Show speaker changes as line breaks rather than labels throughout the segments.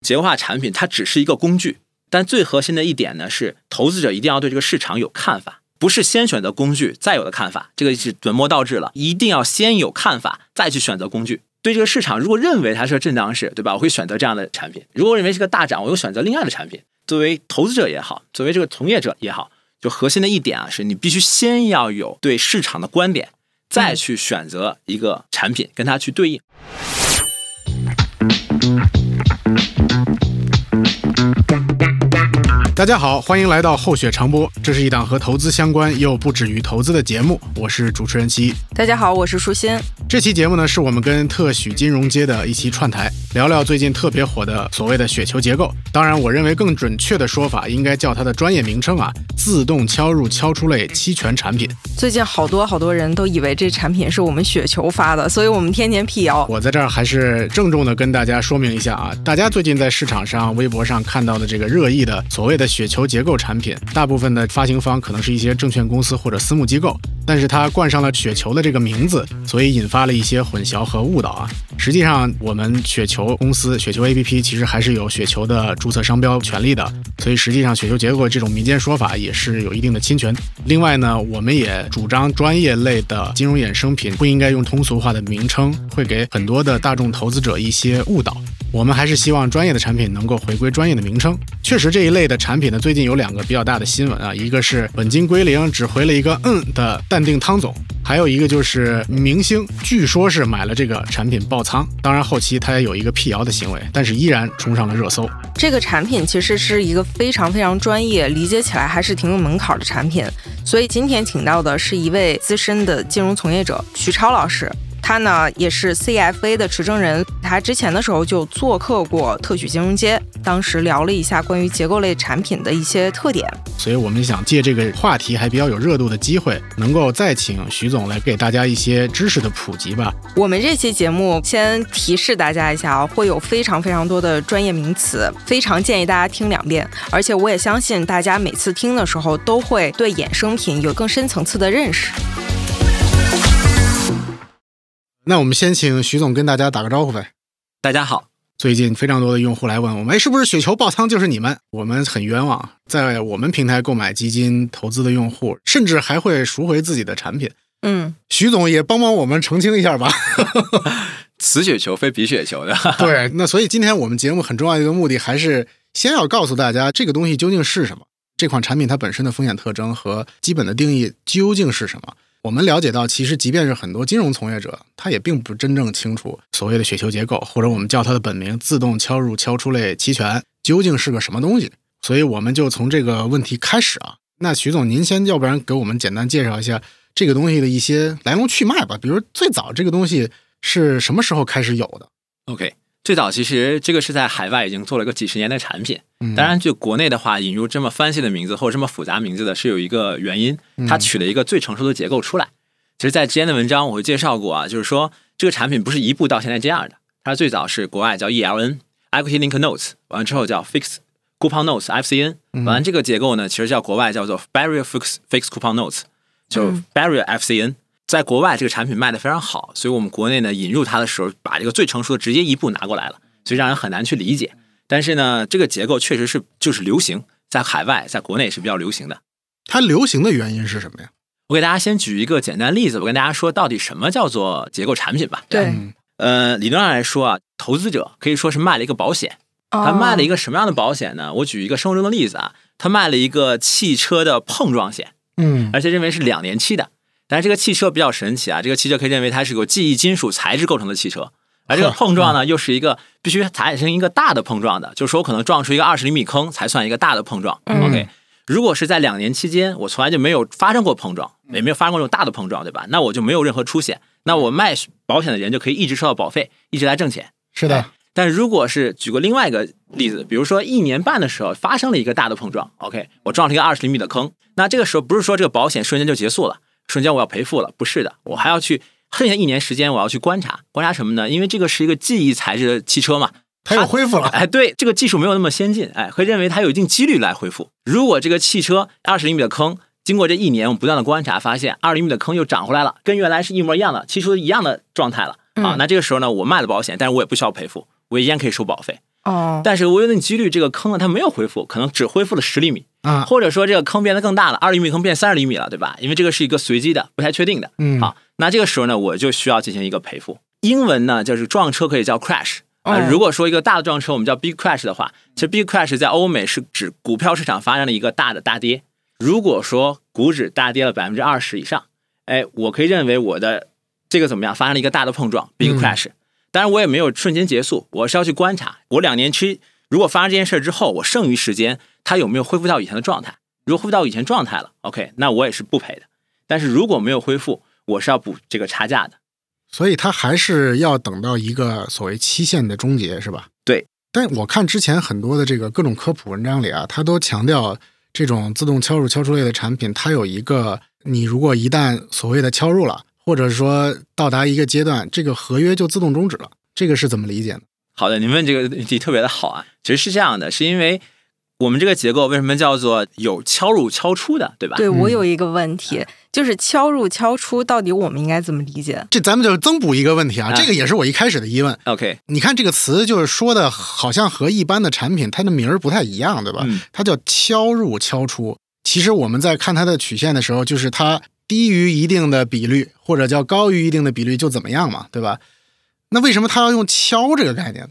结构化产品它只是一个工具，但最核心的一点呢是，投资者一定要对这个市场有看法，不是先选择工具再有的看法，这个是本末倒置了，一定要先有看法再去选择工具。对这个市场，如果认为它是个震荡市，对吧？我会选择这样的产品；如果认为是个大涨，我又选择另外的产品。作为投资者也好，作为这个从业者也好，就核心的一点啊，是你必须先要有对市场的观点，再去选择一个产品跟它去对应。
大家好，欢迎来到后雪长波，这是一档和投资相关又不止于投资的节目，我是主持人七一。
大家好，我是舒心。
这期节目呢，是我们跟特许金融街的一期串台，聊聊最近特别火的所谓的雪球结构。当然，我认为更准确的说法应该叫它的专业名称啊，自动敲入敲出类期权产品。
最近好多好多人都以为这产品是我们雪球发的，所以我们天天辟谣。
我在这儿还是郑重的跟大家说明一下啊，大家最近在市场上、微博上看到的这个热议的所谓的雪球结构产品，大部分的发行方可能是一些证券公司或者私募机构，但是它冠上了雪球的这个名字，所以引发了一些混淆和误导啊。实际上，我们雪球公司、雪球 APP 其实还是有雪球的注册商标权利的，所以实际上雪球结构这种民间说法也是有一定的侵权。另外呢，我们也主张专业类的金融衍生品不应该用通俗化的名称，会给很多的大众投资者一些误导。我们还是希望专业的产品能够回归专业的名称。确实，这一类的产品呢，最近有两个比较大的新闻啊，一个是本金归零只回了一个嗯的淡定汤总，还有一个就是明星，据说是买了这个产品爆仓，当然后期他也有一个辟谣的行为，但是依然冲上了热搜。
这个产品其实是一个非常非常专业，理解起来还是挺有门槛的产品。所以今天请到的是一位资深的金融从业者徐超老师。他呢也是 CFA 的持证人，他之前的时候就做客过特许金融街，当时聊了一下关于结构类产品的一些特点。
所以我们想借这个话题还比较有热度的机会，能够再请徐总来给大家一些知识的普及吧。
我们这期节目先提示大家一下啊，会有非常非常多的专业名词，非常建议大家听两遍。而且我也相信大家每次听的时候都会对衍生品有更深层次的认识。
那我们先请徐总跟大家打个招呼呗。
大家好，
最近非常多的用户来问我们，哎，是不是雪球爆仓就是你们？我们很冤枉，在我们平台购买基金投资的用户，甚至还会赎回自己的产品。
嗯，
徐总也帮帮我们澄清一下吧。
此雪球非彼雪球的，
对，那所以今天我们节目很重要的一个目的，还是先要告诉大家这个东西究竟是什么，这款产品它本身的风险特征和基本的定义究竟是什么。我们了解到，其实即便是很多金融从业者，他也并不真正清楚所谓的雪球结构，或者我们叫它的本名“自动敲入敲出类期权”究竟是个什么东西。所以，我们就从这个问题开始啊。那徐总，您先要不然给我们简单介绍一下这个东西的一些来龙去脉吧？比如最早这个东西是什么时候开始有的？
OK，最早其实这个是在海外已经做了个几十年的产品。
嗯
当然，就国内的话，引入这么 fancy 的名字或者这么复杂名字的，是有一个原因，它取了一个最成熟的结构出来。其实，在之前的文章我会介绍过啊，就是说这个产品不是一步到现在这样的，它最早是国外叫 E ELN（Equity Link Notes），完了之后叫 Fixed Coupon Notes（FCN），完了这个结构呢，其实叫国外叫做 Barrier Fixed Fixed Coupon Notes，就 Barrier FCN。在国外这个产品卖的非常好，所以我们国内呢引入它的时候，把这个最成熟的直接一步拿过来了，所以让人很难去理解。但是呢，这个结构确实是就是流行，在海外，在国内是比较流行的。
它流行的原因是什么呀？
我给大家先举一个简单例子，我跟大家说到底什么叫做结构产品吧。
对，
呃，理论上来说啊，投资者可以说是卖了一个保险。
哦
他卖了一
个
个什么样的保险呢？我举一个生活中的例子啊，他卖了一个汽车的碰撞险，
嗯
而且认为是两年期的。但是这个汽车比较神奇啊，这个汽车可以认为它是由记忆金属材质构成的汽车，而这个
呵嗯
碰撞呢，又是一个必须产生一个大的碰撞的，就是说我可能撞出一个二十厘米坑才算一个大的碰撞。
嗯
OK，如果是在两年期间，我从来就没有发生过碰撞，
嗯
也没有发生过这种大的碰撞，对吧？那我就没有任何出险，那我卖保险的人就可以一直收到保费，一直来挣钱。
是
哎，但如果是举个另外一个例子，比如说一年半的时候发生了一个大的碰撞，OK，我撞了一个二十厘米的坑，那这个时候不是说这个保险瞬间就结束了，瞬间我要赔付了，不是的，我还要去剩下一年时间我要去观察，观察什么呢？因为这个是一个记忆材质的汽车嘛，
它又恢复了。
哎，对，这个技术没有那么先进，哎，会认为它有一定几率来恢复。如果这个汽车二十厘米的坑，经过这一年我们不断的观察，发现二厘米的坑又长回来了，跟原来是一模一样的，汽车一样的状态了啊
嗯。
那这个时候呢，我卖了保险，但是我也不需要赔付，我依然可以收保费。
哦，
但是无约定几率这个坑呢，它没有恢复，可能只恢复了十厘米，
啊，
或者说这个坑变得更大了，二厘米坑变三十厘米了，对吧？因为这个是一个随机的，不太确定的。
嗯，
好，那这个时候呢，我就需要进行一个赔付。英文呢，就是撞车可以叫 crash。啊、
哦
如果说一个大的撞车，我们叫 big crash 的话，其实 big crash 在欧美是指股票市场发生了一个大的大跌。如果说股指大跌了百分之二十以上，哎，我可以认为我的这个怎么样发生了一个大的碰撞，big
嗯
crash。当然，我也没有瞬间结束，我是要去观察。我两年期如果发生这件事之后，我剩余时间它有没有恢复到以前的状态？如果恢复到以前状态了，OK，那我也是不赔的。但是如果没有恢复，我是要补这个差价的。
所以它还是要等到一个所谓期限的终结，是吧？
对。
但我看之前很多的这个各种科普文章里啊，它都强调这种自动敲入敲出类的产品，它有一个，你如果一旦所谓的敲入了，或者说到达一个阶段，这个合约就自动终止了。这个是怎么理解呢？
好的，您问这个问题特别的好啊。其实是这样的，是因为我们这个结构为什么叫做有敲入敲出的，对吧？
对
嗯
我有一个问题，就是敲入敲出到底我们应该怎么理解？
这咱们就增补一个问题啊，
啊
这个也是我一开始的疑问。
OK，
你看这个词就是说的，好像和一般的产品它的名儿不太一样，对吧？
嗯
它叫敲入敲出。其实我们在看它的曲线的时候，就是它低于一定的比率，或者叫高于一定的比率就怎么样嘛，对吧？那为什么它要用敲这个概念呢？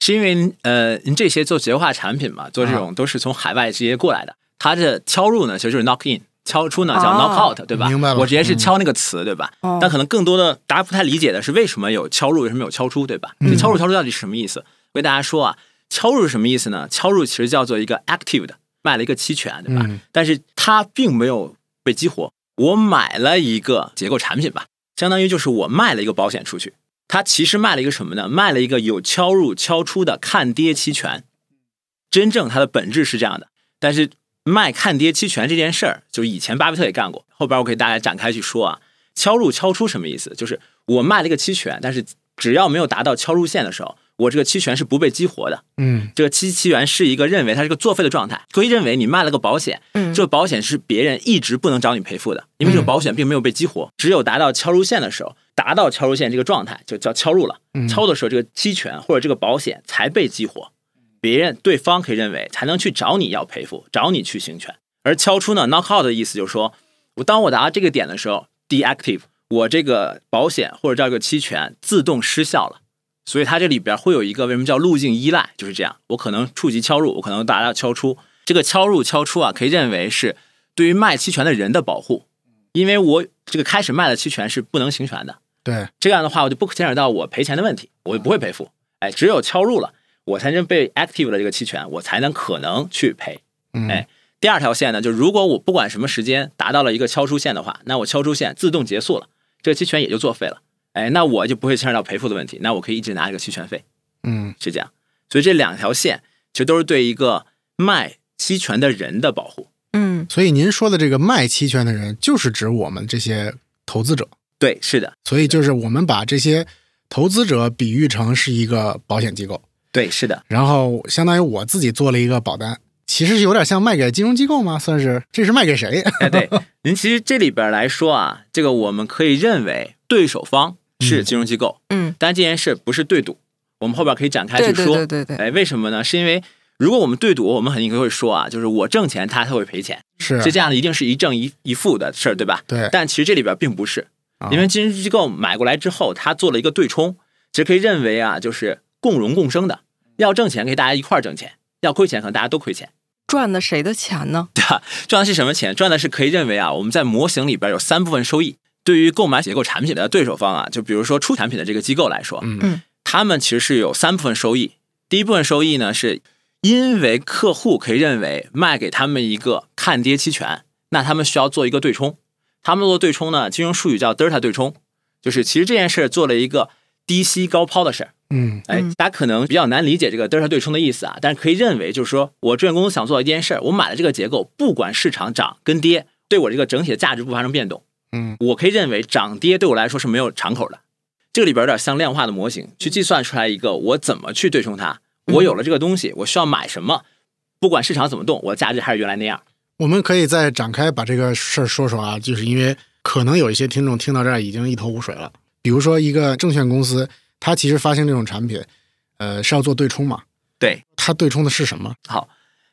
是因为呃，您这些做结构化产品嘛，做这种都是从海外直接过来的，它的敲入呢其实就是 knock in，敲出呢叫
哦
knock out，、对吧？
明白了
我直接是敲那个词，对吧？
哦
但可能更多的大家不太理解的是，为什么有敲入，为什么有敲出，对吧？
嗯
这敲入敲出到底是什么意思？我给大家说啊，敲入是什么意思呢？敲入其实叫做一个 active 的，卖了一个期权，对吧？
嗯
但是它并没有被激活。我买了一个结构产品吧，相当于就是我卖了一个保险出去。它其实卖了一个什么呢？卖了一个有敲入敲出的看跌期权。真正它的本质是这样的，但是卖看跌期权这件事儿，就是以前巴菲特也干过，后边我给大家展开去说啊。敲入敲出什么意思？就是我卖了一个期权，但是只要没有达到敲入线的时候，我这个期权是不被激活的。
嗯
这个期期权是一个认为它是个作废的状态，可以认为你卖了个保险，
嗯
这个保险是别人一直不能找你赔付的，因为这个保险并没有被激活，只有达到敲入线的时候，达到敲入线这个状态就叫敲入了。
嗯
敲的时候，这个期权或者这个保险才被激活，别人对方可以认为才能去找你要赔付，找你去行权。而敲出呢，knock out 的意思就是说，我当我达到这个点的时候，deactive，我这个保险或者叫这个期权自动失效了。所以它这里边会有一个为什么叫路径依赖，就是这样。我可能触及敲入，我可能达到敲出。这个敲入敲出啊，可以认为是对于卖期权的人的保护，因为我这个开始卖的期权是不能行权的。
对，
这样的话，我就不牵扯到我赔钱的问题，我就不会赔付。哎，只有敲入了，我才能被 active 了这个期权，我才能可能去赔。
嗯
哎第二条线呢，就如果我不管什么时间达到了一个敲出线的话，那我敲出线自动结束了，这个期权也就作废了。哎，那我就不会牵扯到赔付的问题，那我可以一直拿这个期权费，
嗯
是这样。所以这两条线其实都是对一个卖期权的人的保护。
嗯
所以您说的这个卖期权的人，就是指我们这些投资者。
对，是的，
所以就是我们把这些投资者比喻成是一个保险机构。
对，是的，
然后相当于我自己做了一个保单，其实是有点像卖给金融机构吗？算是，这是卖给谁？
哎，对，您其实这里边来说啊，这个我们可以认为对手方是金融机构，
嗯，
但这件事不是对赌，我们后边可以展开
对
去
对
说。
对对对，
哎，为什么呢？是因为如果我们对赌，我们很定会说啊，就是我挣钱，他才会赔钱，
是，啊
所以这样一定是一正一一负的事儿，对吧？
对，
但其实这里边并不是
啊，
因为金融机构买过来之后，它做了一个对冲，其实可以认为啊，就是共荣共生的，要挣钱给大家一块儿挣钱，要亏钱可能大家都亏钱。
赚的谁的钱呢？
赚的是什么钱？赚的是可以认为啊，我们在模型里边有三部分收益。对于购买结构产品的对手方啊，就比如说出产品的这个机构来说，
嗯
嗯
他们其实是有三部分收益。第一部分收益呢，是因为客户可以认为卖给他们一个看跌期权，那他们需要做一个对冲。他们做对冲呢，金融术语叫 delta 对冲，就是其实这件事儿做了一个低吸高抛的事儿。
嗯
哎
嗯，
大家可能比较难理解这个 delta 对冲的意思啊，但是可以认为就是说我证券公司想做一件事儿，我买了这个结构，不管市场涨跟跌，对我这个整体的价值不发生变动，
嗯
我可以认为涨跌对我来说是没有敞口的。这个里边有点像量化的模型，去计算出来一个我怎么去对冲它。我有了这个东西，我需要买什么，不管市场怎么动，我的价值还是原来那样。
我们可以再展开把这个事儿说说啊，就是因为可能有一些听众听到这儿已经一头雾水了。比如说，一个证券公司，它其实发行这种产品，呃，是要做对冲嘛。
对，
它对冲的是什么？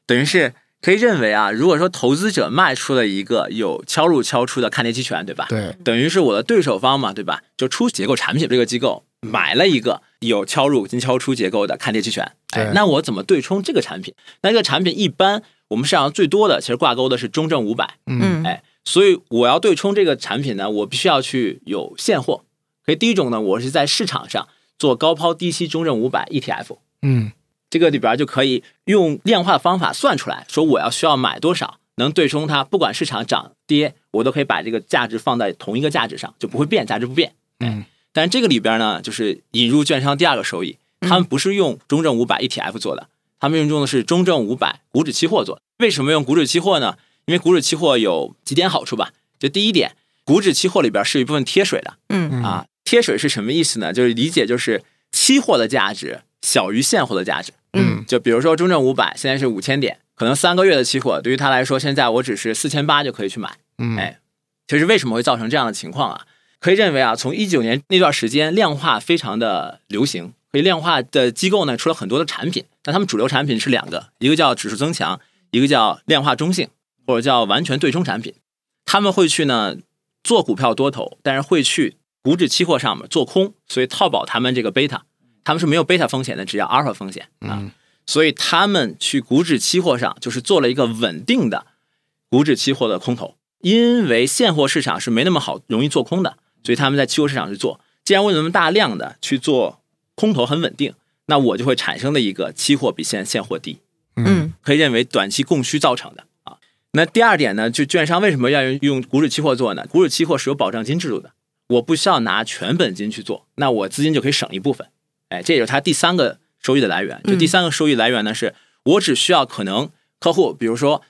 等于是可以认为啊，如果说投资者卖出了一个有敲入敲出的看跌期权，对吧？
对，
等于是我的对手方嘛，对吧？就出结构产品这个机构买了一个有敲入跟敲出结构的看跌期权，哎
对，
那我怎么对冲这个产品？那这个产品一般我们市场上最多的其实挂钩的是中证五百，
嗯
哎，所以我要对冲这个产品呢，我必须要去有现货。所以第一种呢，我是在市场上做高抛低吸中证五百 E ETF，
嗯
这个里边就可以用量化方法算出来，说我要需要买多少，能对冲它，不管市场涨跌，我都可以把这个价值放在同一个价值上，就不会变，价值不变。哎
嗯
但这个里边呢，就是引入券商第二个收益，他们不是用中证五百 ETF 做的，他们用的是中证五百股指期货做的。为什么用股指期货呢？因为股指期货有几点好处吧。就第一点，股指期货里边是有一部分贴水的，
嗯
嗯
啊，贴水是什么意思呢？就是理解就是期货的价值小于现货的价值。
嗯
就比如说中证五百现在是五千点，可能三个月的期货对于他来说，现在我只是四千八就可以去买。
嗯
哎其实为什么会造成这样的情况啊？可以认为啊，从一九年那段时间，量化非常的流行。所以量化的机构呢，出了很多的产品，但他们主流产品是两个，一个叫指数增强，一个叫量化中性，或者叫完全对冲产品。他们会去呢做股票多头，但是会去股指期货上面做空，所以套保他们这个贝塔，他们是没有贝塔风险的，只要阿尔法风险啊。
嗯
所以他们去股指期货上就是做了一个稳定的股指期货的空头，因为现货市场是没那么好容易做空的，所以他们在期货市场去做。既然我有那么大量的去做空头很稳定，那我就会产生的一个期货比现现货低，
嗯
可以认为短期供需造成的啊。那第二点呢，就券商为什么要用用股指期货做呢？股指期货是有保证金制度的，我不需要拿全本金去做，那我资金就可以省一部分。哎，这也就是它第三个收益的来源。就第三个收益来源呢，是我只需要可能客户，比如说，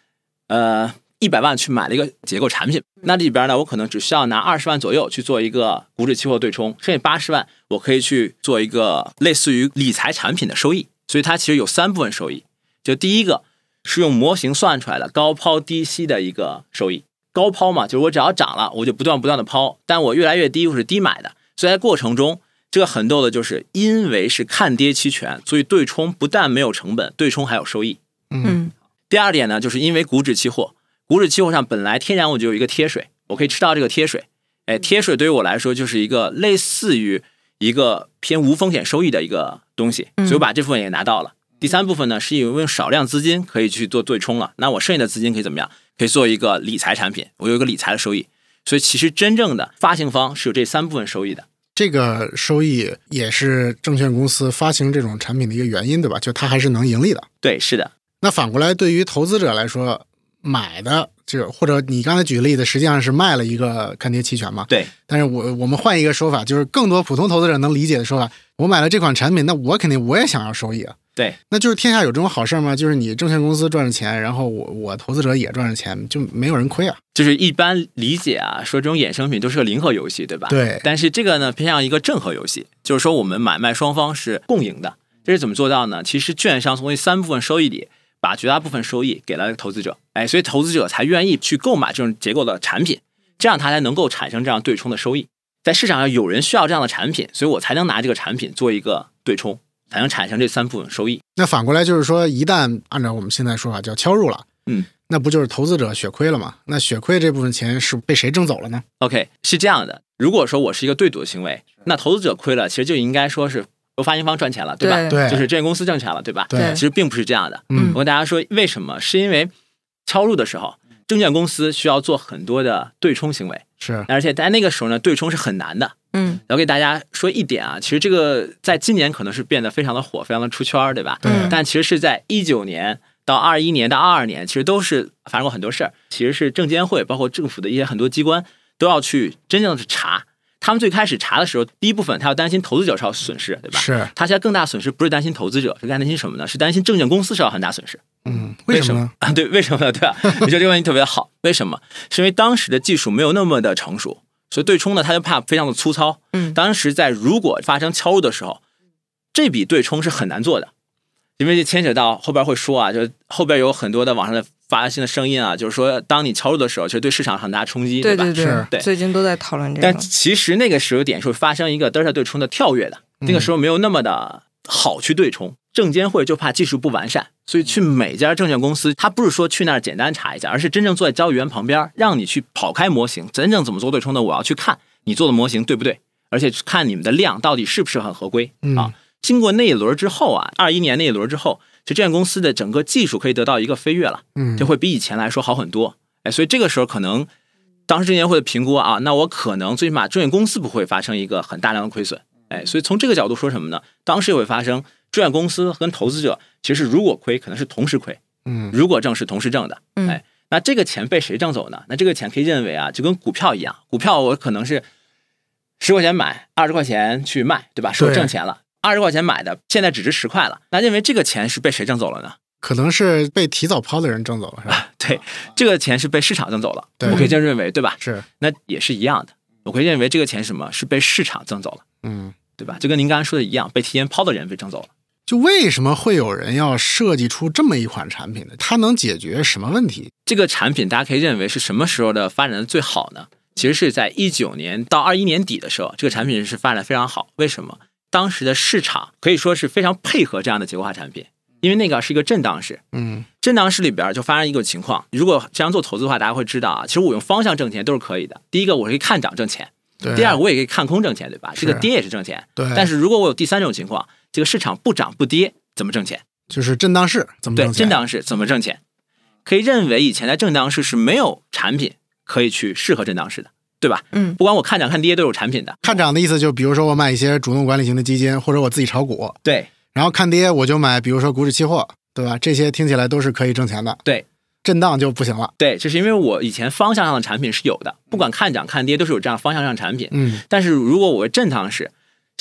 呃，一百万去买了一个结构产品，那里边呢，我可能只需要拿二十万左右去做一个股指期货对冲，剩下八十万我可以去做一个类似于理财产品的收益。所以它其实有三部分收益，就第一个是用模型算出来的高抛低吸的一个收益。高抛嘛，就是我只要涨了，我就不断不断的抛，但我越来越低，我是低买的。所以在过程中，这个很逗的就是，因为是看跌期权，所以对冲不但没有成本，对冲还有收益。
嗯
第二点呢，就是因为股指期货，股指期货上本来天然我就有一个贴水，我可以吃到这个贴水。哎，贴水对于我来说就是一个类似于一个偏无风险收益的一个东西，
嗯
所以我把这部分也拿到了。第三部分呢，是因为少量资金可以去做对冲了，那我剩下的资金可以怎么样？可以做一个理财产品，我有一个理财的收益。所以其实真正的发行方是有这三部分收益的。
这个收益也是证券公司发行这种产品的一个原因，对吧？就它还是能盈利的。
对，是的，
那反过来，对于投资者来说，买的就或者你刚才举例子，实际上是卖了一个看跌期权嘛。
对，
但是我我们换一个说法，就是更多普通投资者能理解的说法，我买了这款产品，那我肯定我也想要收益啊。
对，
那就是天下有这种好事儿吗？就是你证券公司赚着钱，然后我我投资者也赚着钱，就没有人亏啊。
就是一般理解啊，说这种衍生品都是个零和游戏，对吧？
对
但是这个呢，偏向一个正和游戏，就是说我们买卖双方是共赢的。这是怎么做到呢？其实券商从这三部分收益里，把绝大部分收益给了投资者，哎，所以投资者才愿意去购买这种结构的产品，这样他才能够产生这样对冲的收益。在市场上有人需要这样的产品，所以我才能拿这个产品做一个对冲，才能产生这三部分收益。
那反过来就是说，一旦按照我们现在说法叫敲入了，
嗯，
那不就是投资者血亏了吗？那血亏这部分钱是被谁挣走了呢？
OK，是这样的，如果说我是一个对赌的行为，那投资者亏了，其实就应该说是由发行方赚钱了，对吧？
对
就是证券公司挣钱了，对吧？
对
其实并不是这样的。
嗯
我跟大家说，为什么？是因为敲入的时候，证券公司需要做很多的对冲行为，
是，
而且在那个时候呢，对冲是很难的。
嗯
然后给大家说一点啊，其实这个在今年可能是变得非常的火，非常的出圈儿，对吧？
对
嗯
但其实是在一九年到二一年到二二年，其实都是发生过很多事儿。其实是证监会包括政府的一些很多机关都要去真正的去查。他们最开始查的时候，第一部分他要担心投资者是要损失，对吧？
是，
他现在更大损失不是担心投资者，是担心什么呢？是担心证券公司是要很大损失。
嗯，
为
什
什
么呢？
么 啊？对，为什么呢？对吧？你说这个问题特别好，为什么？是因为当时的技术没有那么的成熟，所以对冲呢，他就怕非常的粗糙。
嗯
当时在如果发生敲入的时候，这笔对冲是很难做的，因为这牵扯到后边会说啊，就是后边有很多的网上的发新的声音啊，就是说当你敲入的时候，其实对市场很大冲击，
对
吧？
对
是
对
最近都在讨论这
但
个，
其实那个时候点是会发生一个德尔塔对冲的跳跃的，那个时候没有那么的好去对冲。证监会就怕技术不完善，所以去每家证券公司，他不是说去那儿简单查一下，而是真正坐在交易员旁边，让你去跑开模型，真正怎么做对冲的，我要去看你做的模型对不对，而且看你们的量到底是不是很合规
嗯
啊。经过那一轮之后啊，二一年那一轮之后，就证券公司的整个技术可以得到一个飞跃了，
嗯
就会比以前来说好很多。哎，所以这个时候可能当时证监会的评估啊，那我可能最起码证券公司不会发生一个很大量的亏损。哎，所以从这个角度说什么呢？当时也会发生，证券公司跟投资者其实如果亏，可能是同时亏；
嗯
如果挣是同时挣的。
嗯
哎，那这个钱被谁挣走呢？那这个钱可以认为啊，就跟股票一样，股票我可能是十块钱买，二十块钱去卖，对吧？是我
对
挣钱了。二十块钱买的，现在只值十块了。那认为这个钱是被谁挣走了呢？
可能是被提早抛的人挣走了，是吧？
对，这个钱是被市场挣走了。
对
我可以这样认为，对吧？
是，
那也是一样的，我可以认为这个钱是什么是被市场挣走了，
嗯，
对吧？就跟您刚才说的一样，被提前抛的人被挣走了。
就为什么会有人要设计出这么一款产品呢？它能解决什么问题？
这个产品大家可以认为是什么时候的发展的最好呢？其实是在一九年到二一年底的时候，这个产品是发展得非常好。为什么？当时的市场可以说是非常配合这样的结构化产品，因为那个是一个震荡市，
嗯
震荡市里边儿就发生一个情况。如果这样做投资的话，大家会知道啊，其实我用方向挣钱都是可以的。第一个，我可以看涨挣钱；
对
第二，我也可以看空挣钱，对吧？
是
这个跌也是挣钱。
对
但是如果我有第三种情况，这个市场不涨不跌，怎么挣钱？
就是震荡市怎么
对，
挣钱
震荡市怎么挣钱？可以认为以前在震荡市是没有产品可以去适合震荡市的，对吧？
嗯
不管我看涨看跌都有产品的，
看涨的意思就比如说我买一些主动管理型的基金，或者我自己炒股，
对
然后看跌我就买，比如说股指期货，对吧？这些听起来都是可以挣钱的。
对，
震荡就不行了。
对，这是因为我以前方向上的产品是有的，不管看涨看跌都是有这样方向上的产品。
嗯，
但是如果我震荡市，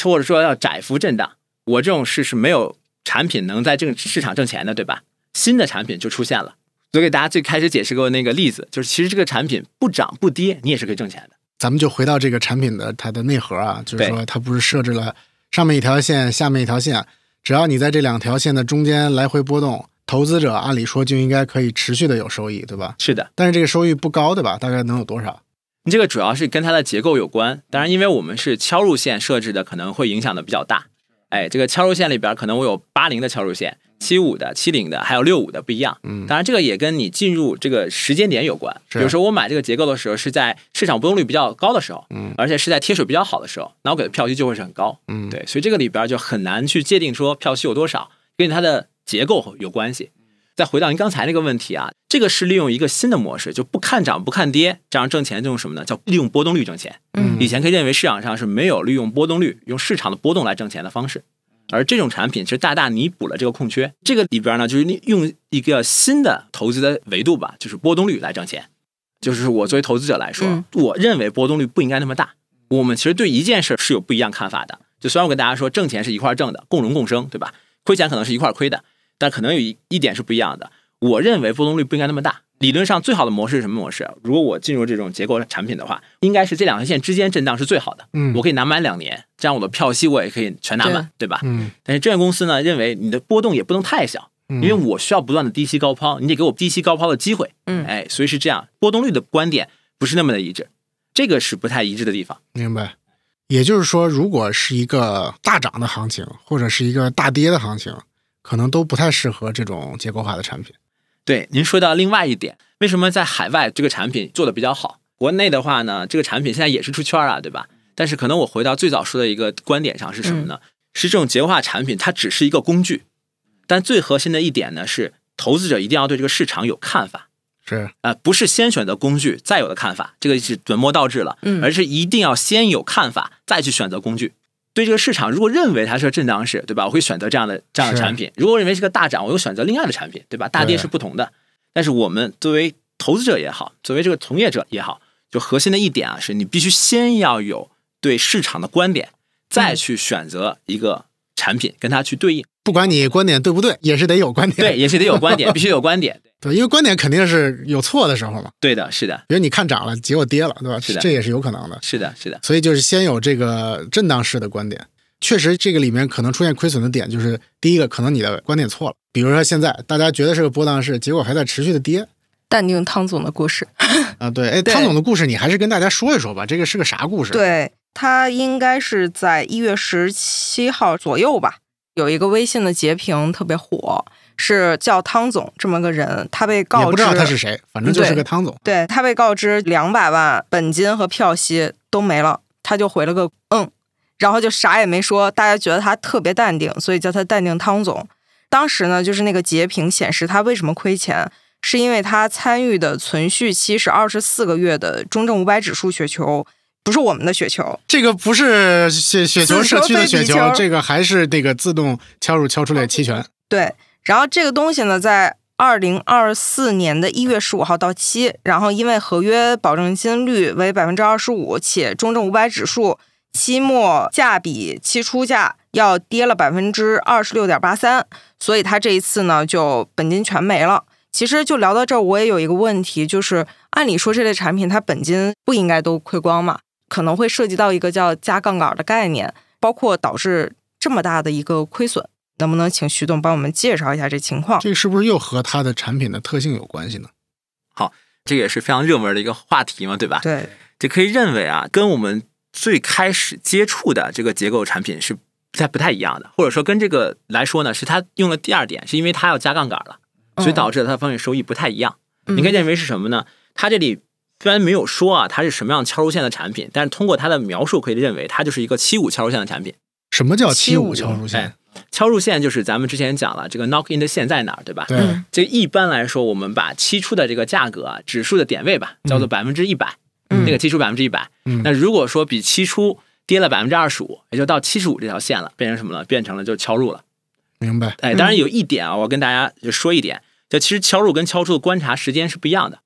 或者说要窄幅震荡，我这种市是没有产品能在这个市场挣钱的，对吧？新的产品就出现了。我给大家最开始解释过那个例子，就是其实这个产品不涨不跌，你也是可以挣钱的。
咱们就回到这个产品的它的内核啊，就是
对
说它不是设置了上面一条线，下面一条线，只要你在这两条线的中间来回波动，投资者按理说就应该可以持续的有收益，对吧？
是的，
但是这个收益不高，对吧？大概能有多少？
这个主要是跟它的结构有关。当然，因为我们是敲入线设置的，可能会影响的比较大。哎，这个敲入线里边，可能我有八零的敲入线、七五的、七零的，还有六五的不一样。
嗯
当然，这个也跟你进入这个时间点有关。
是
比如说，我买这个结构的时候是在市场波动率比较高的时候，
嗯
而且是在贴水比较好的时候，那我给的票息就会是很高。
嗯，
对，所以这个里边就很难去界定说票息有多少，跟它的结构有关系。再回到您刚才那个问题啊，这个是利用一个新的模式，就不看涨不看跌，这样挣钱用什么呢？叫利用波动率挣钱。
嗯
以前可以认为市场上是没有利用波动率，用市场的波动来挣钱的方式，而这种产品其实大大弥补了这个空缺。这个里边呢，就是利用一个新的投资的维度吧，就是波动率来挣钱。就是我作为投资者来说，
嗯
我认为波动率不应该那么大。我们其实对一件事是有不一样看法的。就虽然我跟大家说挣钱是一块儿挣的，共荣共生，对吧？亏钱可能是一块儿亏的，但可能有一一点是不一样的。我认为波动率不应该那么大。理论上最好的模式是什么模式？如果我进入这种结构产品的话，应该是这两条线之间震荡是最好的。
嗯
我可以拿满两年，这样我的票息我也可以全拿满，对吧？
嗯
但是证券公司呢，认为你的波动也不能太小，
嗯
因为我需要不断的低吸高抛，你得给我低吸高抛的机会。
嗯
哎，所以是这样，波动率的观点不是那么的一致，这个是不太一致的地方。
明白。也就是说，如果是一个大涨的行情，或者是一个大跌的行情，可能都不太适合这种结构化的产品。
对，您说到另外一点，为什么在海外这个产品做的比较好？国内的话呢，这个产品现在也是出圈儿啊，对吧？但是可能我回到最早说的一个观点上是什么呢？是这种结构化产品它只是一个工具，但最核心的一点呢是，投资者一定要对这个市场有看法。
是，
呃，不是先选择工具，再有的看法，这个是本末倒置了，
嗯
而是一定要先有看法，再去选择工具。对这个市场，如果认为它是个震荡市，对吧？我会选择这样的这样的
是
产品。如果认为是个大涨，我又选择另外的产品，对吧？大跌
对
是不同的。但是我们作为投资者也好，作为这个从业者也好，就核心的一点啊，是你必须先要有对市场的观点，再去选择一个产品跟它去对应。
不管你观点对不对，也是得有观点。
对，也是得有观点，必须有观点。
对，因为观点肯定是有错的时候嘛。
对的，是的，
比如你看涨了，结果跌了，对吧？
是的
这也是有可能的。
是的，是的，
所以就是先有这个震荡式的观点。确实，这个里面可能出现亏损的点就是第一个，可能你的观点错了。比如说现在大家觉得是个波荡式，结果还在持续的跌
淡定汤总的故事。
啊。对，哎，
对
汤总的故事你还是跟大家说一说吧，这个是个啥故事？，
对，它应该是在一月十七号左右吧，有一个微信的截屏特别火，是叫汤总这么个人，他被告知
也不知道他是谁，反正就是个汤总。
对他被告知两百万本金和票息都没了，他就回了个嗯，然后就啥也没说。大家觉得他特别淡定，所以叫他淡定汤总。当时呢，就是那个截屏显示他为什么亏钱，是因为他参与的存续期是二十四个月的中证五百指数雪球，不是我们的雪球。
这个不是雪雪球社区的雪
自
球
球，
这个还是那个自动敲入敲出来期权。
对，然后这个东西呢，在二零二四年的一月十五号到期，然后因为合约保证金率为百分之二十五，且中证五百指数期末价比期初价要跌了百分之二十六点八三，所以它这一次呢就本金全没了。其实就聊到这儿，我也有一个问题，就是按理说这类产品它本金不应该都亏光嘛，可能会涉及到一个叫加杠杆的概念，包括导致这么大的一个亏损。能不能请徐总帮我们介绍一下这情况？
这个是不是又和它的产品的特性有关系呢？
这个也是非常热门的一个话题嘛，对吧？
对，
就可以认为啊，跟我们最开始接触的这个结构产品是不太不太一样的，或者说跟这个来说呢，是它用了第二点，是因为它要加杠杆了，所以导致了它方面收益不太一样。
嗯
你可以认为是什么呢？它这里虽然没有说啊，它是什么样敲入线的产品，但是通过它的描述可以认为它就是一个七五敲入线的产品。
什么叫七五
75
敲入线？
敲入线就是咱们之前讲了，这个 knock in 的线在哪儿，对吧？
对，
嗯
这一般来说，我们把期初的这个价格啊，指数的点位吧，叫做百分之一百，
嗯
那个期初百分之一百
嗯。
那如果说比期初跌了百分之二十五，也就到七十五这条线了，变成什么了？变成了就敲入了。
明白。
哎，
嗯
当然有一点啊，我跟大家就说一点，就其实敲入跟敲出的观察时间是不一样的。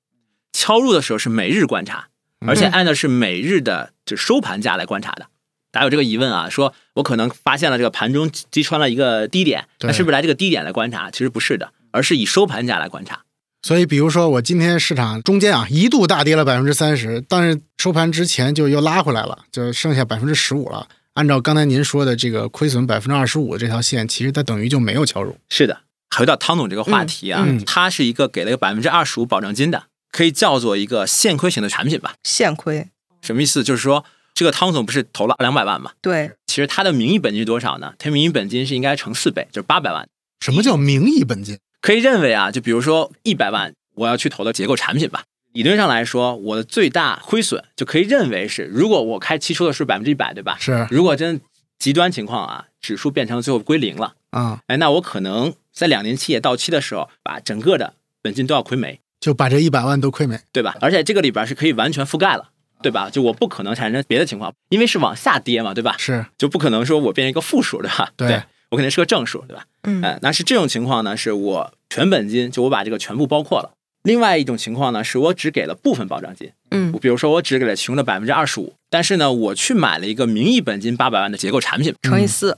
敲入的时候是每日观察，而
嗯
且按的是每日的就收盘价来观察的。大家有这个疑问啊，说我可能发现了这个盘中击穿了一个低点，
对
那是不是来这个低点来观察？其实不是的，而是以收盘价来观察。
所以，比如说我今天市场中间啊一度大跌了百分之三十，但是收盘之前就又拉回来了，就剩下百分之十五了。按照刚才您说的这个亏损百分之二十五这条线，其实它等于就没有敲入。
是的，回到汤总这个话题啊，
嗯嗯
他是一个给了个百分之二十五保证金的，可以叫做一个现亏型的产品吧？
现亏，
什么意思？就是说这个汤总不是投了两百万嘛？
对，
其实他的名义本金是多少呢？他名义本金是应该乘四倍，就是八百万。
什么叫名义本金？
可以认为啊，就比如说一百万，我要去投的结构产品吧。理论上来说，我的最大亏损就可以认为是，如果我开期初的是百分之一百，对吧？
是
如果真极端情况啊，指数变成最后归零了，
啊，
哎，那我可能在两年期也到期的时候，把整个的本金都要亏没，
就把这一百万都亏没。
对吧？而且这个里边是可以完全覆盖了，对吧？就我不可能产生别的情况，因为是往下跌嘛，对吧？
是
就不可能说我变成一个负数，对吧？
对
我肯定是个正数，对吧？
嗯
哎，那是这种情况呢，是我全本金，就我把这个全部包括了。另外一种情况呢，是我只给了部分保障金，
嗯
比如说我只给了其中的百分之二十五，但是呢，我去买了一个名义本金八百万的结构产品，
乘以四，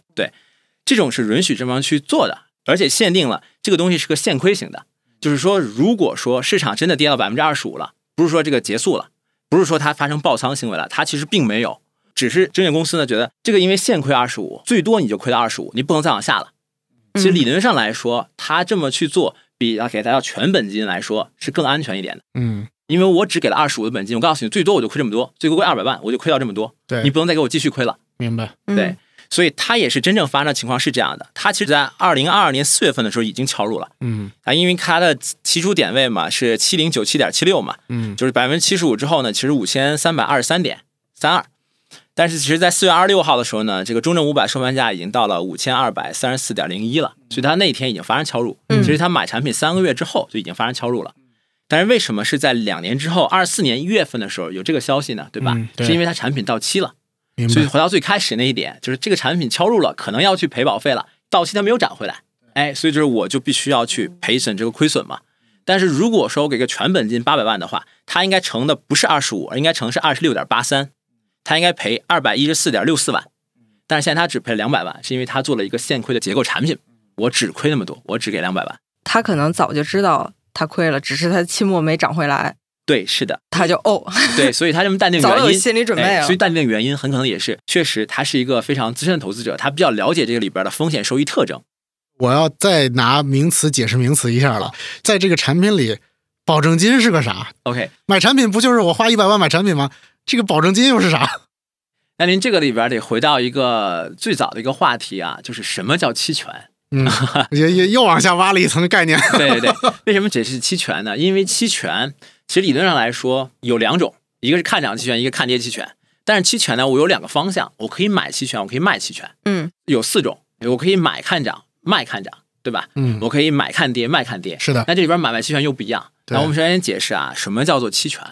这种是允许这方去做的，而且限定了这个东西是个现亏型的，就是说，如果说市场真的跌到百分之二十五了，不是说这个结束了，不是说它发生爆仓行为了，它其实并没有，只是证券公司呢觉得这个因为现亏二十五，最多你就亏到二十五，你不能再往下了。其实理论上来说，他这么去做比啊给大家全本金来说是更安全一点的，
嗯，
因为我只给了二十五的本金，我告诉你，最多我就亏这么多，最多亏二百万，我就亏到这么多，
对，
你不能再给我继续亏了。
明白。
嗯
对，所以它也是真正发生的情况是这样的，它其实在二零二二年四月份的时候已经敲入了
嗯
啊，因为它的起初点位嘛是七零九七点七六嘛，
嗯，
就是百分之七十五之后呢，其实五千三百二十三点三二，但是其实在四月二十六号的时候呢，这个中证五百收盘价已经到了五千二百三十四点零一了，所以它那天已经发生敲入，
嗯
其实它买产品三个月之后就已经发生敲入了。但是为什么是在两年之后，二四年一月份的时候有这个消息呢？对吧？
嗯对
是因为它产品到期了。
明
所以
白。
回到最开始那一点，就是这个产品敲入了，可能要去赔保费了，到期它没有涨回来，哎，所以就是我就必须要去赔损这个亏损嘛。但是如果说我给个全本金八百万的话，它应该乘的不是二十五，而应该乘是二十六点八三，它应该赔二百一十四点六四万。但是现在它只赔两百万，是因为它做了一个现亏的结构产品，我只亏那么多，我只给两百万。
他可能早就知道他亏了，只是他期末没涨回来，
对，是的，
他就哦，
对，所以他这么淡定
早
原
有
因，
心理准备啊
哎
了
所以淡定的原因很可能也是，确实他是一个非常资深的投资者，他比较了解这个里边的风险收益特征。
我要再拿名词解释名词一下了，在这个产品里，保证金是个啥？
OK，
买产品不就是我花一百万买产品吗？这个保证金又是啥？
那您这个里边得回到一个最早的一个话题啊，就是什么叫期权？
嗯，也也又往下挖了一层概念。
对对对，为什么解释期权呢？因为期权其实理论上来说有两种，一个是看涨期权，一个看跌期权。但是期权呢，我有两个方向，我可以买期权，我可以卖期权，
嗯
有四种，我可以买看涨，卖看涨，对吧？
嗯，
我可以买看跌，卖看跌。
是的，
那这里边买卖期权又不一样。
对
那我们首先解释啊，什么叫做期权？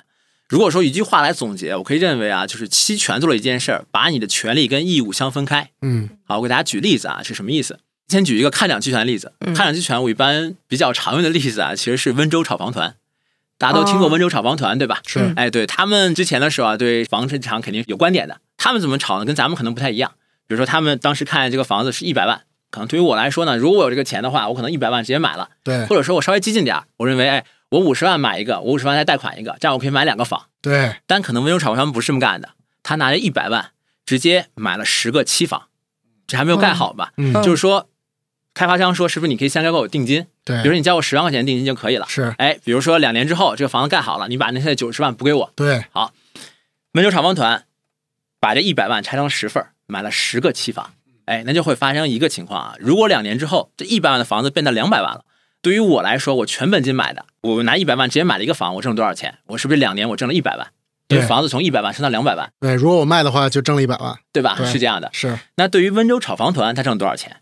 如果说一句话来总结，我可以认为啊，就是期权做了一件事儿，把你的权利跟义务相分开。
嗯
好，我给大家举例子啊，是什么意思？先举一个看涨期权的例子。
嗯
看涨期权我一般比较常用的例子啊，其实是温州炒房团。大家都听过
哦
温州炒房团，对吧？
是
嗯
哎，对他们之前的时候啊，对房市场肯定有观点的。他们怎么炒呢？跟咱们可能不太一样。比如说，他们当时看这个房子是一百万，可能对于我来说呢，如果我有这个钱的话，我可能一百万直接买了。
对
或者说我稍微激进点儿，我认为，哎，我五十万买一个，我五十万再贷款一个，这样我可以买两个房。
对，
但可能温州炒房他们不是这么干的，他拿着一百万直接买了十个期房，这还没有盖好吧？
嗯
就是说，开发商说是不是你可以先给我定金？比如
对
说你交我十万块钱定金就可以了。
是，
哎，比如说两年之后这个房子盖好了，你把那些九十万补给我。
对
温州炒房团把这一百万拆成十份儿，买了十个期房。哎，那就会发生一个情况啊，如果两年之后这一百万的房子变得两百万了，对于我来说，我全本金买的，我拿一百万直接买了一个房，我挣了多少钱？我是不是两年我挣了一百万？因为
对
房子从一百万升到两百万，
对，如果我卖的话，就挣了一百万。
对吧？
对
是这样的。
是，
那对于温州炒房团，他挣了多少钱？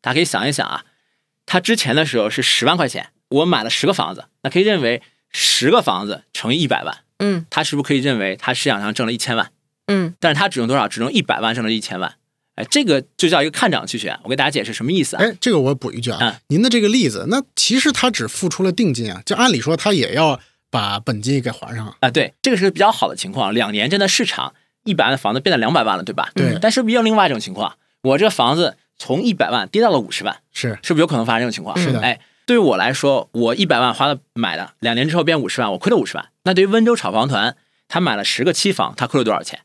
大家可以想一想啊，他之前的时候是十万块钱，我买了十个房子，那可以认为十个房子乘以一百万，
嗯
他是不是可以认为他市场上挣了一千万？
嗯
但是他只用多少？只用一百万挣了一千万。哎，这个就叫一个看涨期权。我给大家解释什么意思啊？
哎，这个我补一句啊
嗯，
您的这个例子，那其实他只付出了定金啊，就按理说他也要把本金给还上啊。
啊，对，这个是个比较好的情况。两年真的市场一百万的房子变得两百万了，对吧？嗯
对
但是不是也有另外一种情况？我这个房子从一百万跌到了五十万，
是，
是不是有可能发生这种情况？
是的
哎，对于我来说，我一百万花了买的，两年之后变五十万，我亏了五十万。那对于温州炒房团，他买了十个期房，他亏了多少钱？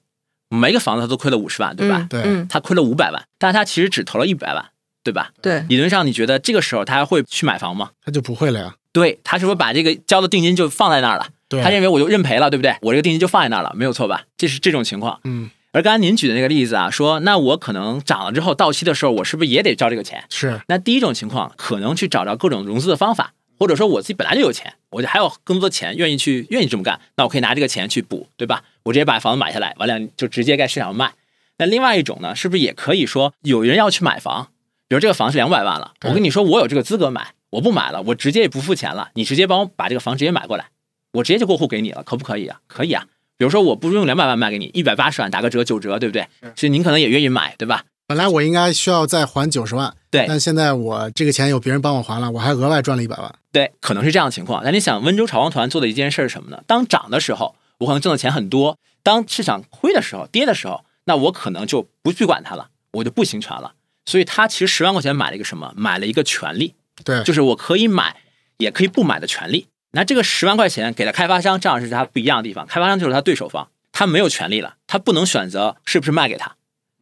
每个房子他都亏了五十万，对吧？
嗯
对
嗯
他亏了五百万，但是他其实只投了一百万，对吧？
对，
理论上，你觉得这个时候他还会去买房吗？
他就不会了呀。
对他是不是把这个交的定金就放在那儿了？
对
他认为我就认赔了，对不对？我这个定金就放在那儿了，没有错吧？这是这种情况。
嗯，
而刚才您举的那个例子啊，说那我可能涨了之后到期的时候，我是不是也得交这个钱？
是，
那第一种情况，可能去找着各种融资的方法，或者说我自己本来就有钱，我就还有更多的钱愿意去愿意这么干，那我可以拿这个钱去补，对吧？我直接把房子买下来，完了就直接在市场上卖。那另外一种呢，是不是也可以说有人要去买房？比如这个房是两百万了，
对
我跟你说我有这个资格买，我不买了，我直接也不付钱了，你直接帮我把这个房直接买过来，我直接就过户给你了，可不可以啊？可以啊。比如说我不用两百万卖给你，一百八十万打个折九折，对不对？所以您可能也愿意买，对吧？
本来我应该需要再还九十万，
对
但现在我这个钱有别人帮我还了，我还额外赚了一百万。
对，可能是这样的情况。那你想，温州炒房团做的一件事是什么呢？当涨的时候，我可能挣的钱很多；当市场亏的时候、跌的时候，那我可能就不去管它了，我就不行权了。所以他其实十万块钱买了一个什么？买了一个权利，
对，
就是我可以买，也可以不买的权利。那这个十万块钱给了开发商，这样是他不一样的地方。开发商就是他对手方，他没有权利了，他不能选择是不是卖给他，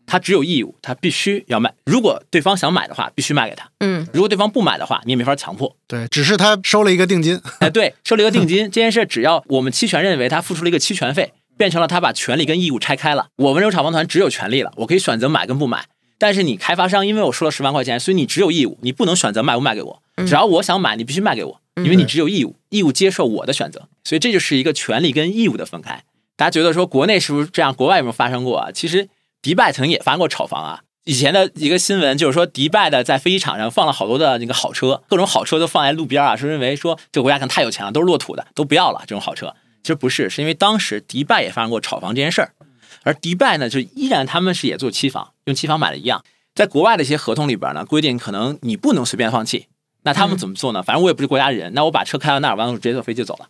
他只有义务，他必须要卖。如果对方想买的话，必须卖给他；
嗯
如果对方不买的话，你也没法强迫。
对，只是他收了一个定金。
哎，对，收了一个定金，这件事只要我们期权认为他付出了一个期权费，变成了他把权利跟义务拆开了。我温州炒房团只有权利了，我可以选择买跟不买。但是你开发商因为我收了十万块钱，所以你只有义务，你不能选择卖不卖给我。只要我想买，你必须卖给我，因为你只有义务，义务接受我的选择。所以这就是一个权利跟义务的分开。大家觉得说国内是不是这样？国外有没有发生过啊？其实迪拜曾经也发生过炒房啊。以前的一个新闻就是说，迪拜的在飞机场上放了好多的那个好车，各种好车都放在路边啊，说认为说这个国家可能太有钱了，都是落土的，都不要了这种好车。其实不是，是因为当时迪拜也发生过炒房这件事儿，而迪拜呢，就依然他们是也做期房，用期房买的一样。在国外的一些合同里边呢，规定可能你不能随便放弃。那他们怎么做呢？反正我也不是国家人，那我把车开到那儿，完了我直接坐飞机走了。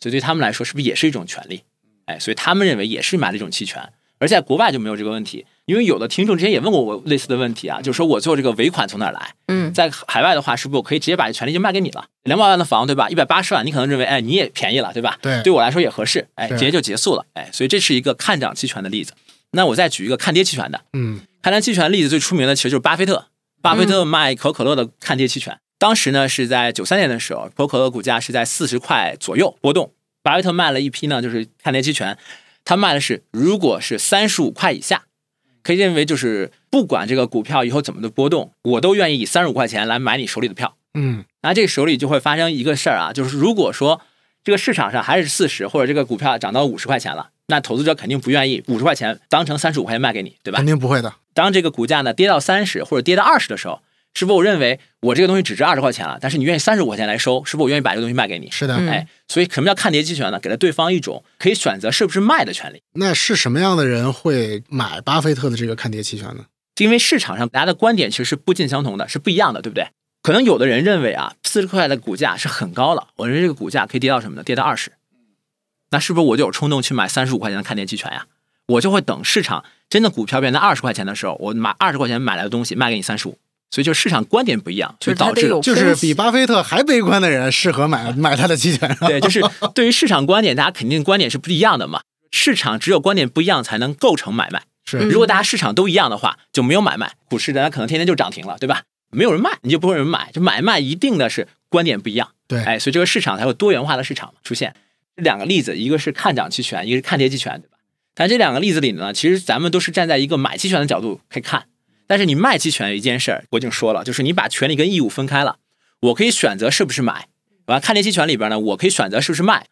所以对他们来说，是不是也是一种权利？哎，所以他们认为也是买了一种期权，而在国外就没有这个问题，因为有的听众之前也问过我类似的问题啊，就是说我最后这个尾款从哪儿来？
嗯
在海外的话，是不是我可以直接把权利就卖给你了？两百万的房，对吧？一百八十万，你可能认为，哎，你也便宜了，对吧？
对
对我来说也合适，哎，
是
直接就结束了，哎，所以这是一个看涨期权的例子。那我再举一个看跌期权的，
嗯，
看跌期权的例子最出名的其实就是巴菲特，巴菲特卖可口可乐的看跌期权，当时呢是在九三年的时候，可口可乐股价是在四十块左右波动，巴菲特卖了一批呢就是看跌期权，它卖的是如果是三十五块以下，可以认为就是不管这个股票以后怎么的波动，我都愿意以三十五块钱来买你手里的票。
嗯
那这个手里就会发生一个事儿啊，就是如果说这个市场上还是四十，或者这个股票涨到五十块钱了，那投资者肯定不愿意五十块钱当成三十五块钱卖给你，对吧
肯？定不会的。
当这个股价呢跌到三十或者跌到二十的时候，是否我认为我这个东西只值二十块钱了，啊但是你愿意三十五块钱来收，是否我愿意把这个东西卖给你？
是的，
嗯
哎，所以什么叫看跌期权呢？给了对方一种可以选择是不是卖的权利。
那是什么样的人会买巴菲特的这个看跌期权呢？
因为市场上大家的观点其实是不尽相同的，是不一样的，对不对？可能有的人认为啊，四十块的股价是很高了，我认为这个股价可以跌到什么呢？跌到二十，那是不是我就有冲动去买三十五块钱的看跌期权呀？我就会等市场真的股票变成二十块钱的时候，我买二十块钱买来的东西卖给你三十五，所以就市场观点不一样，就
就
是
它
导
得
致
有
就是
分
比
析
巴菲特还悲观的人适合买买他的期 权。
对，就是对于市场观点，大家肯定观点是不一样的嘛。市场只有观点不一样，才能构成买卖。
是
嗯
如果大家市场都一样的话，就没有买卖，股市大家可能天天就涨停了，对吧？没有人卖，你就不会有人买，就买卖一定的是观点不一样，
对
哎，所以这个市场才会多元化的市场出现。这两个例子，一个是看涨期权，一个是看跌期权，对吧？但这两个例子里呢，其实咱们都是站在一个买期权的角度可以看，但是你卖期权有一件事儿，我已经说了，就是你把权利跟义务分开了，我可以选择是不是买，完了看跌期权里边呢，我可以选择是不是卖，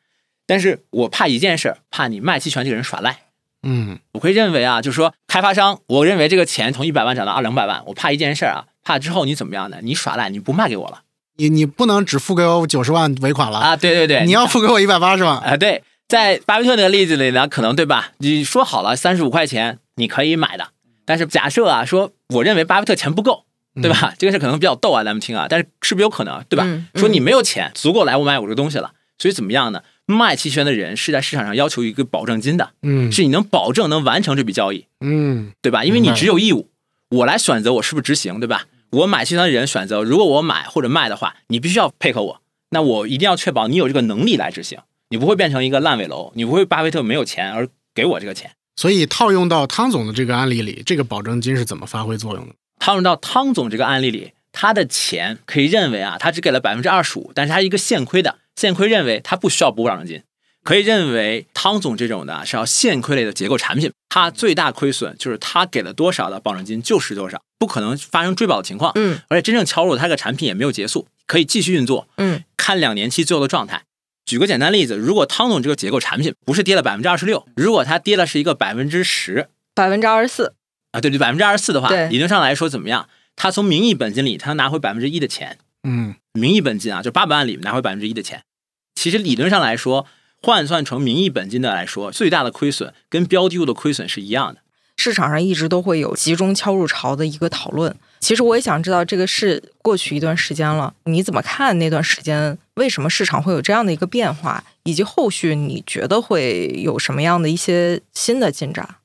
但是我怕一件事儿，怕你卖期权这个人耍赖。
嗯，
我会认为啊，就是说开发商，我认为这个钱从一百万涨到二两百万，我怕一件事儿啊，怕之后你怎么样呢？你耍赖，你不卖给我了
你你不能只付给我九十万尾款了，
啊？对对对，
你要付给我一百八十万。
啊？对，在巴菲特那个例子里呢，可能对吧？你说好了三十五块钱你可以买的，但是假设啊，说我认为巴菲特钱不够，对吧？
嗯
这个事儿可能比较逗啊，咱们听啊，但是是不是有可能，对吧？
嗯嗯
说你没有钱足够来我买我这个东西了，所以怎么样呢？卖期权的人是在市场上要求一个保证金的，
嗯
是你能保证能完成这笔交易，
嗯，
对吧？因为你只有义务，我来选择我是不是执行，对吧？我买期权的人选择，如果我买或者卖的话，你必须要配合我，那我一定要确保你有这个能力来执行，你不会变成一个烂尾楼，你不会巴菲特没有钱而给我这个钱。
所以套用到汤总的这个案例里，这个保证金是怎么发挥作用的？
套用到汤总这个案例里，他的钱可以认为啊，他只给了百分之二十五，但是他是一个现亏的，现亏认为他不需要补保证金，可以认为汤总这种的是要现亏类的结构产品，他最大亏损就是他给了多少的保证金就是多少，不可能发生追保的情况。
嗯
而且真正敲入它这个产品也没有结束，可以继续运作，
嗯
看两年期最后的状态。举个简单例子，如果汤总这个结构产品不是跌了百分之二十六，如果它跌了是一个百分之十
百分之二十四，
啊，对对，百分之二十四的话，
对
理论上来说怎么样？它从名义本金里，它拿回百分之一的钱，
嗯，
名义本金啊，就八百万里拿回百分之一的钱。其实理论上来说，换算成名义本金的来说，最大的亏损跟标的物的亏损是一样的。
市场上一直都会有集中敲入潮的一个讨论。其实我也想知道，这个是过去一段时间了，你怎么看那段时间？为什么市场会有这样的一个变化，以及后续你觉得会有什么样的一些新的进展？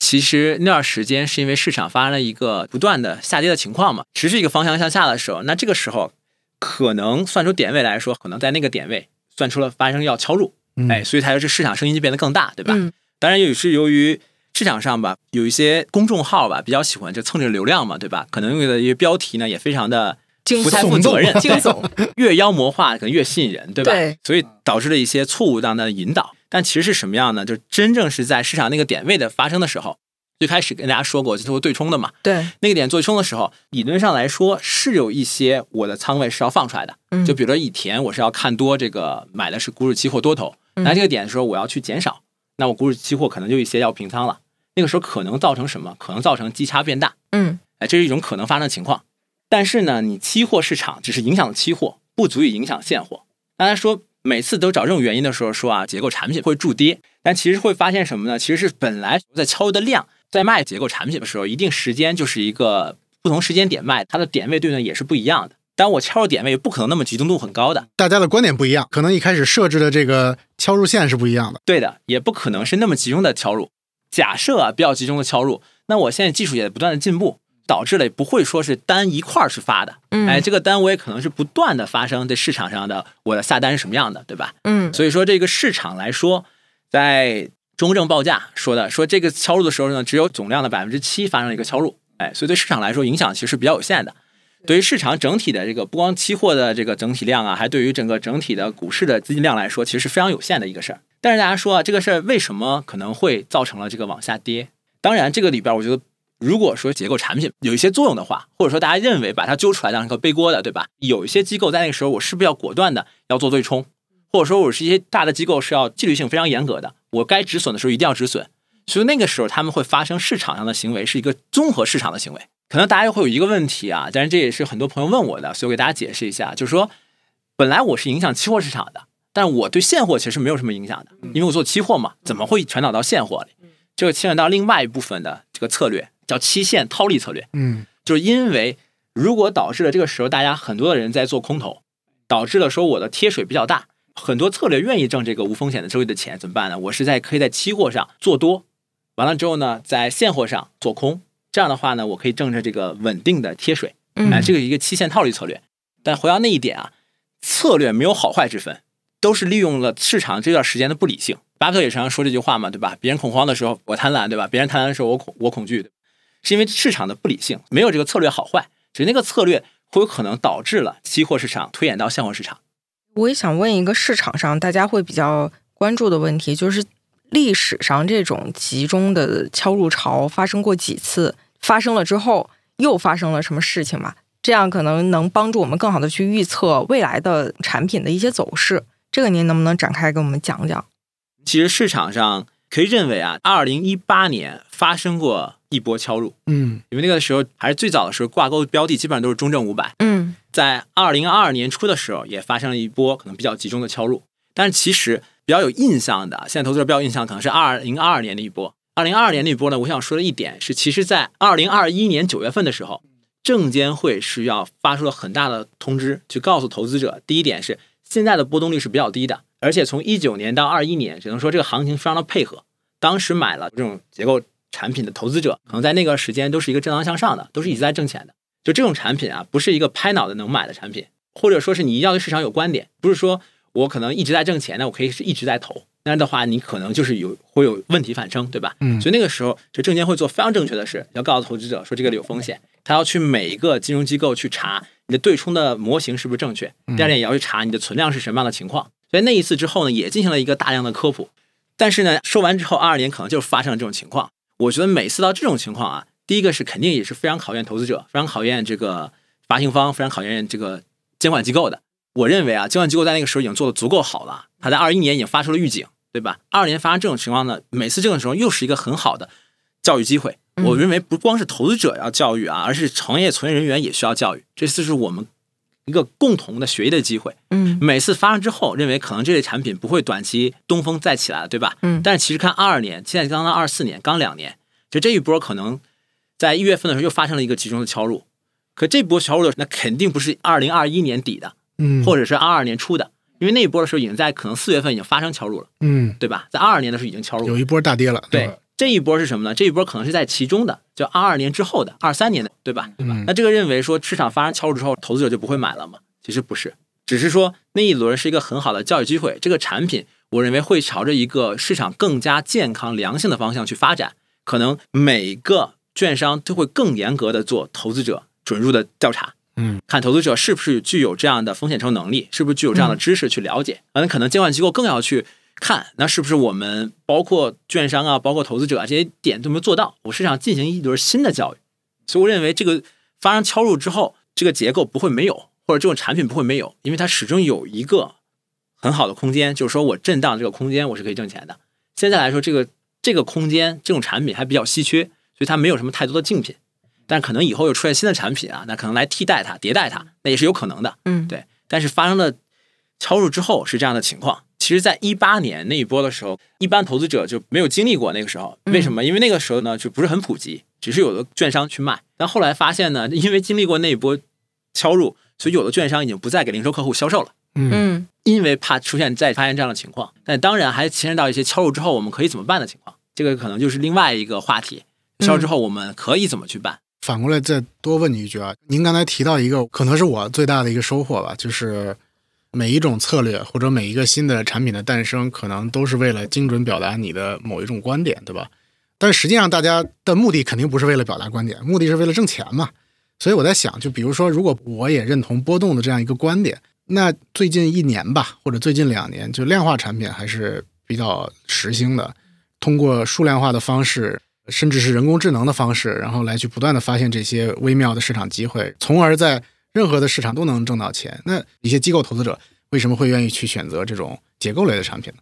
其实那段时间是因为市场发生了一个不断的下跌的情况嘛，持续一个方向向下的时候，那这个时候可能算出点位来说，可能在那个点位算出了发生要敲入，
嗯
哎，所以才这市场声音就变得更大，对
嗯
吧？当然也是由于市场上吧，有一些公众号吧比较喜欢就蹭着流量嘛，对吧？可能用的一些标题呢也非常的
惊
不太
悚
负责任，
惊 悚，
越妖魔化可能越吸引人，对吧？
对
所以导致了一些错误当的引导。但其实是什么样呢？就真正是在市场那个点位的发生的时候，最开始跟大家说过，就做对冲的嘛。
对，
那个点做对冲的时候，理论上来说是有一些我的仓位是要放出来的。
嗯
就比如说以前我是要看多这个买的是股指期货多头，那这个点的时候我要去减少，那我股指期货可能就一些要平仓了。那个时候可能造成什么？可能造成基差变大。
嗯
哎，这是一种可能发生的情况。但是呢，你期货市场只是影响期货，不足以影响现货。大家说每次都找这种原因的时候说啊，结构产品会助跌，但其实会发现什么呢？其实是本来在敲的量在卖结构产品的时候，一定时间就是一个不同时间点卖，它的点位对呢也是不一样的。但我敲的点位不可能那么集中度很高的，
大家的观点不一样，可能一开始设置的这个敲入线是不一样的。
对的，也不可能是那么集中的敲入。假设啊，比较集中的敲入，那我现在技术也不断的进步，导致了不会说是单一块儿是发的，
嗯
哎，这个单我也可能是不断的发生在市场上的我的下单是什么样的，对吧？
嗯
所以说这个市场来说，在中证报价说的说这个敲入的时候呢，只有总量的百分之七发生了一个敲入，哎，所以对市场来说影响其实是比较有限的。对于市场整体的这个不光期货的这个整体量啊，还对于整个整体的股市的资金量来说，其实是非常有限的一个事儿。但是大家说啊，这个事儿为什么可能会造成了这个往下跌？当然，这个里边我觉得，如果说结构产品有一些作用的话，或者说大家认为把它揪出来当成个背锅的，对吧？有一些机构在那个时候，我是不是要果断的要做对冲，或者说我是一些大的机构是要纪律性非常严格的，我该止损的时候一定要止损。所以那个时候他们会发生市场上的行为，是一个综合市场的行为。可能大家又会有一个问题啊，但是这也是很多朋友问我的，所以我给大家解释一下，就是说，本来我是影响期货市场的，但我对现货其实没有什么影响的，因为我做期货嘛，怎么会传导到现货里？这个牵扯到另外一部分的这个策略，叫期限套利策略。
嗯，
就是因为如果导致了这个时候大家很多的人在做空头，导致了说我的贴水比较大，很多策略愿意挣这个无风险的收益的钱，怎么办呢？我是在可以在期货上做多，完了之后呢，在现货上做空，这样的话呢，我可以挣着这个稳定的贴水，
嗯
哎，这个是一个期限套利策略。但回到那一点啊，策略没有好坏之分，都是利用了市场这段时间的不理性。巴菲特也常常说这句话嘛，对吧？别人恐慌的时候我贪婪，对吧？别人贪婪的时候我恐我恐惧，是因为市场的不理性，没有这个策略好坏，只是那个策略会有可能导致了期货市场推演到现货市场。
我也想问一个市场上大家会比较关注的问题，就是历史上这种集中的敲入潮发生过几次？发生了之后又发生了什么事情嘛？这样可能能帮助我们更好的去预测未来的产品的一些走势。这个您能不能展开给我们讲讲？
其实市场上可以认为啊，二零一八年发生过一波敲入，
嗯
因为那个时候还是最早的时候，挂钩标的基本上都是中证五百。
嗯
在二零二二年初的时候，也发生了一波可能比较集中的敲入。但是其实比较有印象的，现在投资者比较有印象，可能是二零二二年的一波。二零二二年那一波呢，我想说的一点是，其实在二零二一年九月份的时候，证监会是要发出了很大的通知，去告诉投资者，第一点是现在的波动率是比较低的，而且从一九年到二一年，只能说这个行情非常的配合。当时买了这种结构产品的投资者，可能在那个时间都是一个正常向上的，都是一直在挣钱的。就这种产品啊，不是一个拍脑袋能买的产品，或者说是你要对市场有观点，不是说我可能一直在挣钱，那我可以是一直在投，那样的话你可能就是有会有问题反生，对吧？
嗯
所以那个时候，就证监会做非常正确的事，要告诉投资者说这个里有风险，他要去每一个金融机构去查你的对冲的模型是不是正确，第二点也要去查你的存量是什么样的情况。所以那一次之后呢，也进行了一个大量的科普，但是呢，说完之后，二二年可能就发生了这种情况。我觉得每次到这种情况啊，第一个是肯定也是非常考验投资者，非常考验这个发行方，非常考验这个监管机构的。我认为啊，监管机构在那个时候已经做的足够好了，他在二一年已经发出了预警，对吧？二二年发生这种情况呢，每次这种时候又是一个很好的教育机会。
嗯
我认为不光是投资者要教育啊，而是行业从业人员也需要教育。这次是我们一个共同的学习的机会。
嗯
每次发生之后，认为可能这类产品不会短期东风再起来了，对吧？
嗯
但是其实看二二年，现在刚到二四年，刚两年，就这一波可能在一月份的时候又发生了一个集中的敲入，可这波敲入的那肯定不是二零二一年底的，
嗯，
或者是二二年初的，因为那一波的时候已经在可能四月份已经发生敲入了，
嗯
对吧？在二二年的时候已经敲入了
有，一波大跌了，
对，这一波是什么呢？这一波可能是在其中的，就二二年之后的，二三年的，对吧？
嗯
那这个认为说市场发生敲入之后，投资者就不会买了吗？其实不是，只是说那一轮是一个很好的教育机会，这个产品我认为会朝着一个市场更加健康良性的方向去发展，可能每个券商都会更严格的做投资者准入的调查。
嗯，
看投资者是不是具有这样的风险承受能力，是不是具有这样的知识去了解。嗯，可能监管机构更要去看，那是不是我们包括券商啊，包括投资者啊这些点都没有做到，我市场进行一轮新的教育。所以我认为这个发生敲入之后，这个结构不会没有，或者这种产品不会没有，因为它始终有一个很好的空间，就是说我震荡这个空间我是可以挣钱的。现在来说，这个这个空间这种产品还比较稀缺，所以它没有什么太多的竞品。但可能以后又出现新的产品啊，那可能来替代它、迭代它，那也是有可能的。
嗯
对，但是发生了敲入之后是这样的情况。其实，在一八年那一波的时候，一般投资者就没有经历过那个时候。为什么？因为那个时候呢，就不是很普及，只是有的券商去卖。但后来发现呢，因为经历过那一波敲入，所以有的券商已经不再给零售客户销售了。
嗯
因为怕出现再发现这样的情况，但当然还牵涉到一些敲入之后我们可以怎么办的情况，这个可能就是另外一个话题。敲入之后我们可以怎么去办？
反过来再多问你一句啊，您刚才提到一个，可能是我最大的一个收获吧，就是每一种策略或者每一个新的产品的诞生，可能都是为了精准表达你的某一种观点，对吧？但实际上，大家的目的肯定不是为了表达观点，目的是为了挣钱嘛。所以我在想，就比如说，如果我也认同波动的这样一个观点，那最近一年吧，或者最近两年，就量化产品还是比较实行的，通过数量化的方式，甚至是人工智能的方式，然后来去不断的发现这些微妙的市场机会，从而在任何的市场都能挣到钱。那一些机构投资者为什么会愿意去选择这种结构类的产品呢？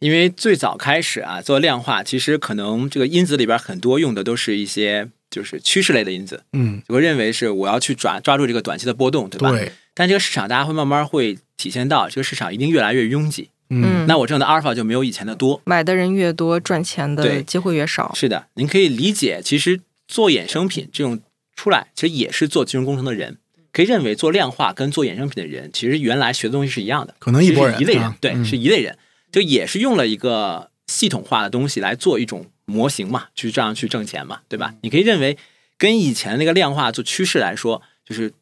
因为最早开始啊做量化，其实可能这个因子里边很多用的都是一些就是趋势类的因子，
嗯，
就会认为是我要去抓抓住这个短期的波动，对吧？
对，
但这个市场大家会慢慢会体现到，这个市场一定越来越拥挤，
嗯
那我挣的阿尔法就没有以前的多。
买的人越多，赚钱的
对
机会越少。
是的，您可以理解，其实做衍生品这种出来，其实也是做金融工程的人，可以认为做量化跟做衍生品的人，其实原来学的东西是一样的，
可能一
其实
拨
是
人
一类人，
啊
对，
嗯
是一类人，就也是用了一个系统化的东西来做一种模型嘛，去这样去挣钱嘛，对吧？你可以认为跟以前那个量化做趋势来说，就是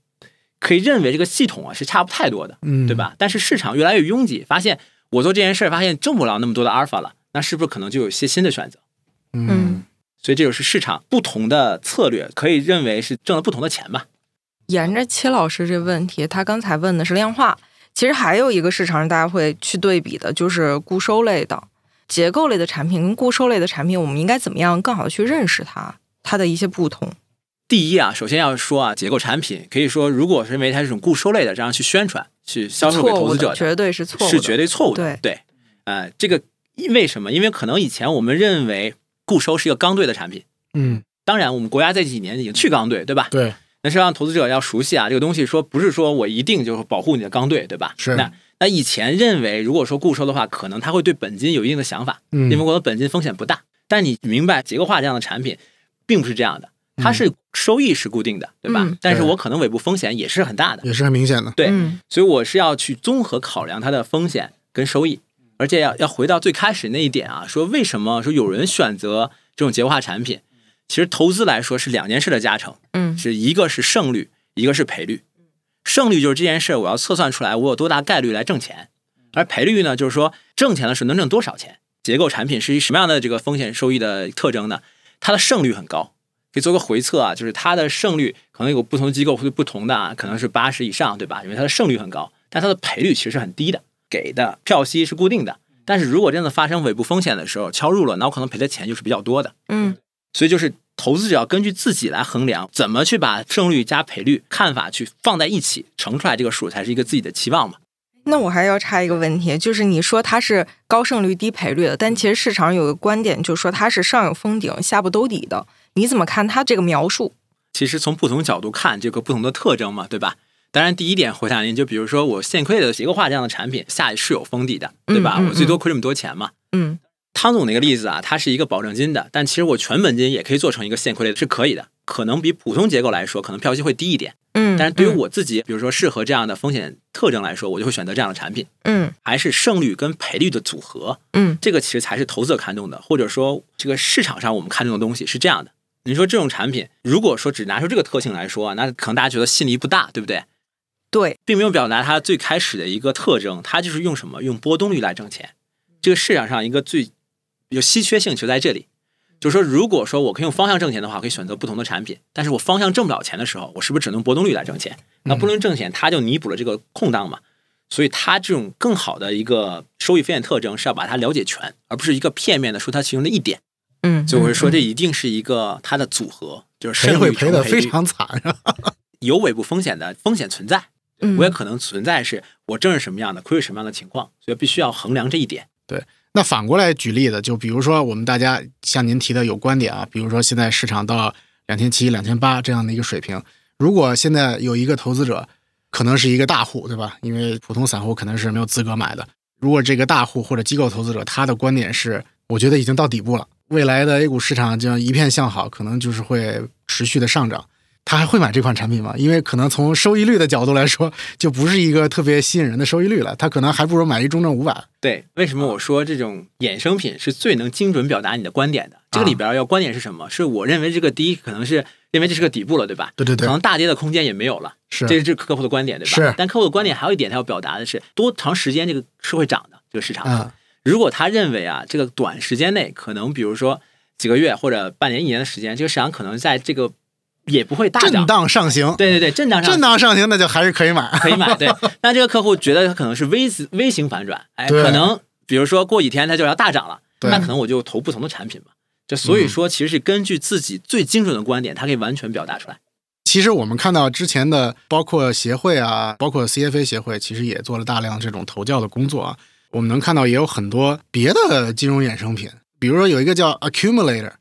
可以认为这个系统啊是差不太多的，
嗯，
对？吧？但是市场越来越拥挤，发现我做这件事儿，发现挣不了那么多的阿尔法了，那是不是可能就有一些新的选择？
嗯，
所以这就是市场不同的策略，可以认为是挣了不同的钱吧。
沿着戚老师这问题，他刚才问的是量化，其实还有一个市场是大家会去对比的，就是固收类的、结构类的产品跟固收类的产品，我们应该怎么样更好的去认识它，它的一些不同？
第一啊，首先要说啊，结构产品可以说，如果是认为它是一种固收类的，这样去宣传、去销售给
错
投
误
资者
的，
的，
绝对是错误的，
是绝对错误的。对，呃，这个因为什么？因为可能以前我们认为固收是一个刚兑的产品，
嗯，
当然我们国家这几年已经去刚兑，对吧？
对，
那是让投资者要熟悉啊，这个东西说不是说我一定就是保护你的刚兑，对吧？
是
那那以前认为，如果说固收的话，可能他会对本金有一定的想法，
嗯，
因为我的本金风险不大。但你明白，结构化这样的产品并不是这样的，它是收益是固定的，对吧？
嗯
但是
嗯对
我可能尾部风险也是很大的，
也是很明显的，
对
嗯
所以我是要去综合考量它的风险跟收益，而且要要回到最开始那一点啊，说为什么说有人选择这种结构化产品？其实投资来说是两件事的加成，
嗯
是一个是胜率，一个是赔率。胜率就是这件事儿我要测算出来我有多大概率来挣钱，而赔率呢，就是说挣钱的时候能挣多少钱。结构产品是一什么样的这个风险收益的特征呢？它的胜率很高，可以做个回测啊，就是它的胜率可能有不同机构会不同的啊，可能是八十以上，对吧？因为它的胜率很高，但它的赔率其实很低的，给的票息是固定的。但是如果真的发生尾部风险的时候敲入了，那我可能赔的钱就是比较多的。
嗯
所以就是投资者要根据自己来衡量，怎么去把胜率加赔率看法去放在一起，乘出来这个数才是一个自己的期望嘛。
那我还要插一个问题，就是你说它是高胜率低赔率的，但其实市场有个观点，就是说它是上有封顶，下不兜底的。你怎么看它这个描述？
其实从不同角度看，这个不同的特征嘛，对吧？当然，第一点回答您，就比如说我现亏的结构化这样的产品下是有封底的，对吧？
嗯嗯嗯
我最多亏这么多钱嘛。
嗯
汤总那个例子啊，它是一个保证金的，但其实我全本金也可以做成一个现亏类的，是可以的。可能比普通结构来说，可能票息会低一点，
嗯，
但是对于
嗯
我自己，比如说适合这样的风险特征来说，我就会选择这样的产品。
嗯
还是胜率跟赔率的组合，
嗯
这个其实才是投资者看重的，或者说这个市场上我们看重的东西是这样的。您说这种产品，如果说只拿出这个特性来说啊，那可能大家觉得吸引力不大，对不对？
对，
并没有表达它最开始的一个特征，它就是用什么？用波动率来挣钱。这个市场上一个最有稀缺性就在这里，就是说，如果说我可以用方向挣钱的话，我可以选择不同的产品，但是我方向挣不了钱的时候，我是不是只能波动率来挣钱？那波动率挣钱，它就弥补了这个空档嘛。所以它这种更好的一个收益风险特征是要把它了解全，而不是一个片面的说它其中的一点。
嗯，
所以我会说，
嗯
这一定是一个它的组合，就是
赔
胜
会
率
赔
乘
的
赔
非
率
常惨啊，
有尾部风险的风险存在。
嗯
我也可能存在是我正是什么样的，亏是什么样的情况，所以必须要衡量这一点。
那反过来举例子，就比如说我们大家像您提的有观点啊，比如说现在市场到两千七、两千八这样的一个水平，如果现在有一个投资者，可能是一个大户，对吧？因为普通散户可能是没有资格买的。如果这个大户或者机构投资者他的观点是，我觉得已经到底部了，未来的 A 股市场这样一片向好，可能就是会持续的上涨。他还会买这款产品吗？因为可能从收益率的角度来说，就不是一个特别吸引人的收益率了。他可能还不如买一中证五百。
对，为什么
嗯
我说这种衍生品是最能精准表达你的观点的？这
啊
个里边要观点是什么？是我认为这个第一可能是认为这是个底部了，对吧？
对对对
可，能大跌的空间也没有了，
是
这是客户的观点，对吧？
是
但客户的观点还有一点，他要表达的是多长时间这个是会涨的这个市场。
嗯
啊，
如果他认为啊，这个短时间内可能，比如说几个月或者半年、一年的时间，这个市场可能在这个也不会大
震
涨。
荡上行，
对对对，震荡上
震荡上行那就还是可以买，
可以买。对，那这个客户觉得他可能是 V 字 V 型反转，哎，
对
可能比如说过几天它就要大涨了，
对
那可能我就投不同的产品嘛。这所以说，其实是根据自己最精准的观点，它可以完全表达出来。
其实我们看到之前的，包括协会啊，包括 CFA 协会，其实也做了大量这种投教的工作啊。我们能看到也有很多别的金融衍生品，比如说有一个叫 Accumulator，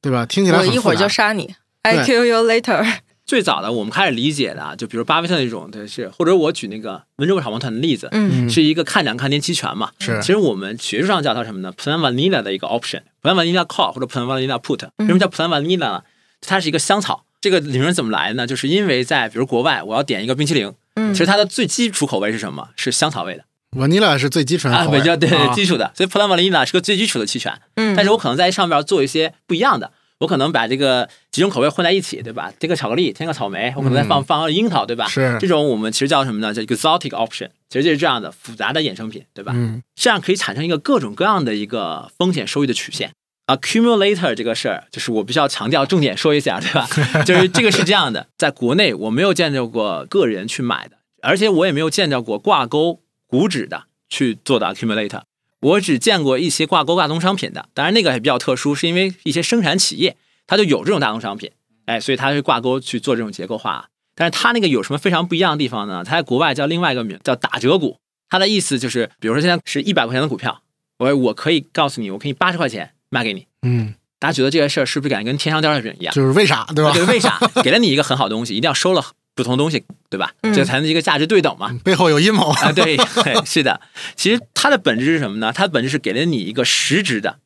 对吧？听起来
我
很
一会儿
复杂
就杀你
对
，I kill you later。
最早的我们开始理解的啊，就比如巴菲特那种，对是，或者我举那个温州炒房团的例子，
嗯
是一个看涨看跌期权嘛。
是
其实我们学术上叫它什么呢？Plan Vanilla 的一个 option，Plan Vanilla Call 或者 Plan Vanilla Put。为什么叫 Plan Vanilla 呢？它是一个香草。这个理论怎么来的呢？就是因为在比如国外，我要点一个冰淇淋，
嗯
其实它的最基础口味是什么？是香草味的
Vanilla 是最基础的
啊，
口
比
味，
较对
啊
基础的。所以 Plan Vanilla 是个最基础的期权。
嗯，
但是我可能在上面做一些不一样的，我可能把这个几种口味混在一起，对吧？添个巧克力，添个草莓，我可能再放、放个樱桃，对吧？
嗯是
这种我们其实叫什么呢？叫 exotic option，其实就是这样的复杂的衍生品，对吧？
嗯，
这样可以产生一个各种各样的一个风险收益的曲线。accumulator 这个事儿，就是我必须要强调重点说一下，对 吧？就是这个是这样的，在国内我没有见到过个人去买的，而且我也没有见到过挂钩股指的去做的 accumulator。我只见过一些挂钩大宗商品的，当然那个也比较特殊，是因为一些生产企业它就有这种大宗商品，哎，所以它会挂钩去做这种结构化。但是它那个有什么非常不一样的地方呢？它在国外叫另外一个名叫打折股，它的意思就是，比如说现在是一百块钱的股票，我我可以告诉你，我可以八十块钱卖给你。
嗯，
大家觉得这个事儿是不是感觉跟天上掉馅饼一样？
就是为啥，对吧？
对，为啥给了你一个很好东西，一定要收了不同东西，对吧？
嗯
这才能一个价值对等嘛。
背后有阴谋，
啊，对， 对是的。其实它的本质是什么呢？它的本质是给了你一个实质的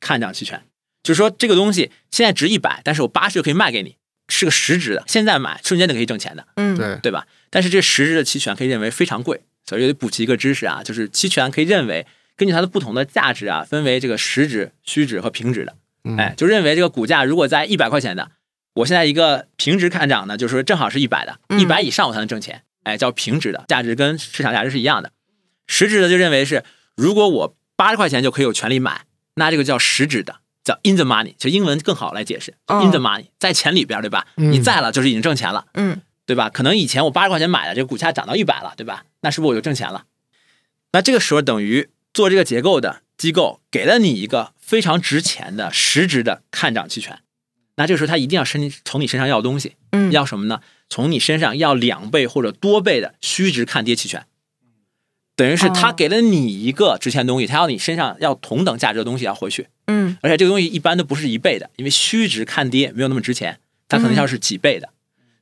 看涨期权，就是说这个东西现在值一百，但是我八十就可以卖给你，是个实质的，现在买瞬间就可以挣钱的。
嗯，
对，
对吧？但是这实质的期权可以认为非常贵，所以补齐一个知识啊，就是期权可以认为根据它的不同的价值啊，分为这个实值、虚值和平值的。
嗯
哎，就认为这个股价如果在一百块钱的，我现在一个平值看涨呢，就是说正好是一百的，
嗯
一百以上我才能挣钱，哎，叫平值的，价值跟市场价值是一样的。实值的就认为是，如果我八十块钱就可以有权利买，那这个叫实值的，叫 in the money，其实英文更好来解释、
嗯
i n the money，在钱里边儿，对吧？
嗯
你在了就是已经挣钱了。
嗯
对吧？可能以前我八十块钱买的，这个股价涨到一百了，对吧？那是不是我就挣钱了？那这个时候等于做这个结构的机构给了你一个非常值钱的实质的看涨期权，那这个时候他一定要身从你身上要东西，
嗯，
要什么呢？从你身上要两倍或者多倍的虚值看跌期权，等于是他
哦
给了你一个值钱的东西，他要你身上要同等价值的东西要回去，
嗯
而且这个东西一般都不是一倍的，因为虚值看跌没有那么值钱，它可能要是几倍的。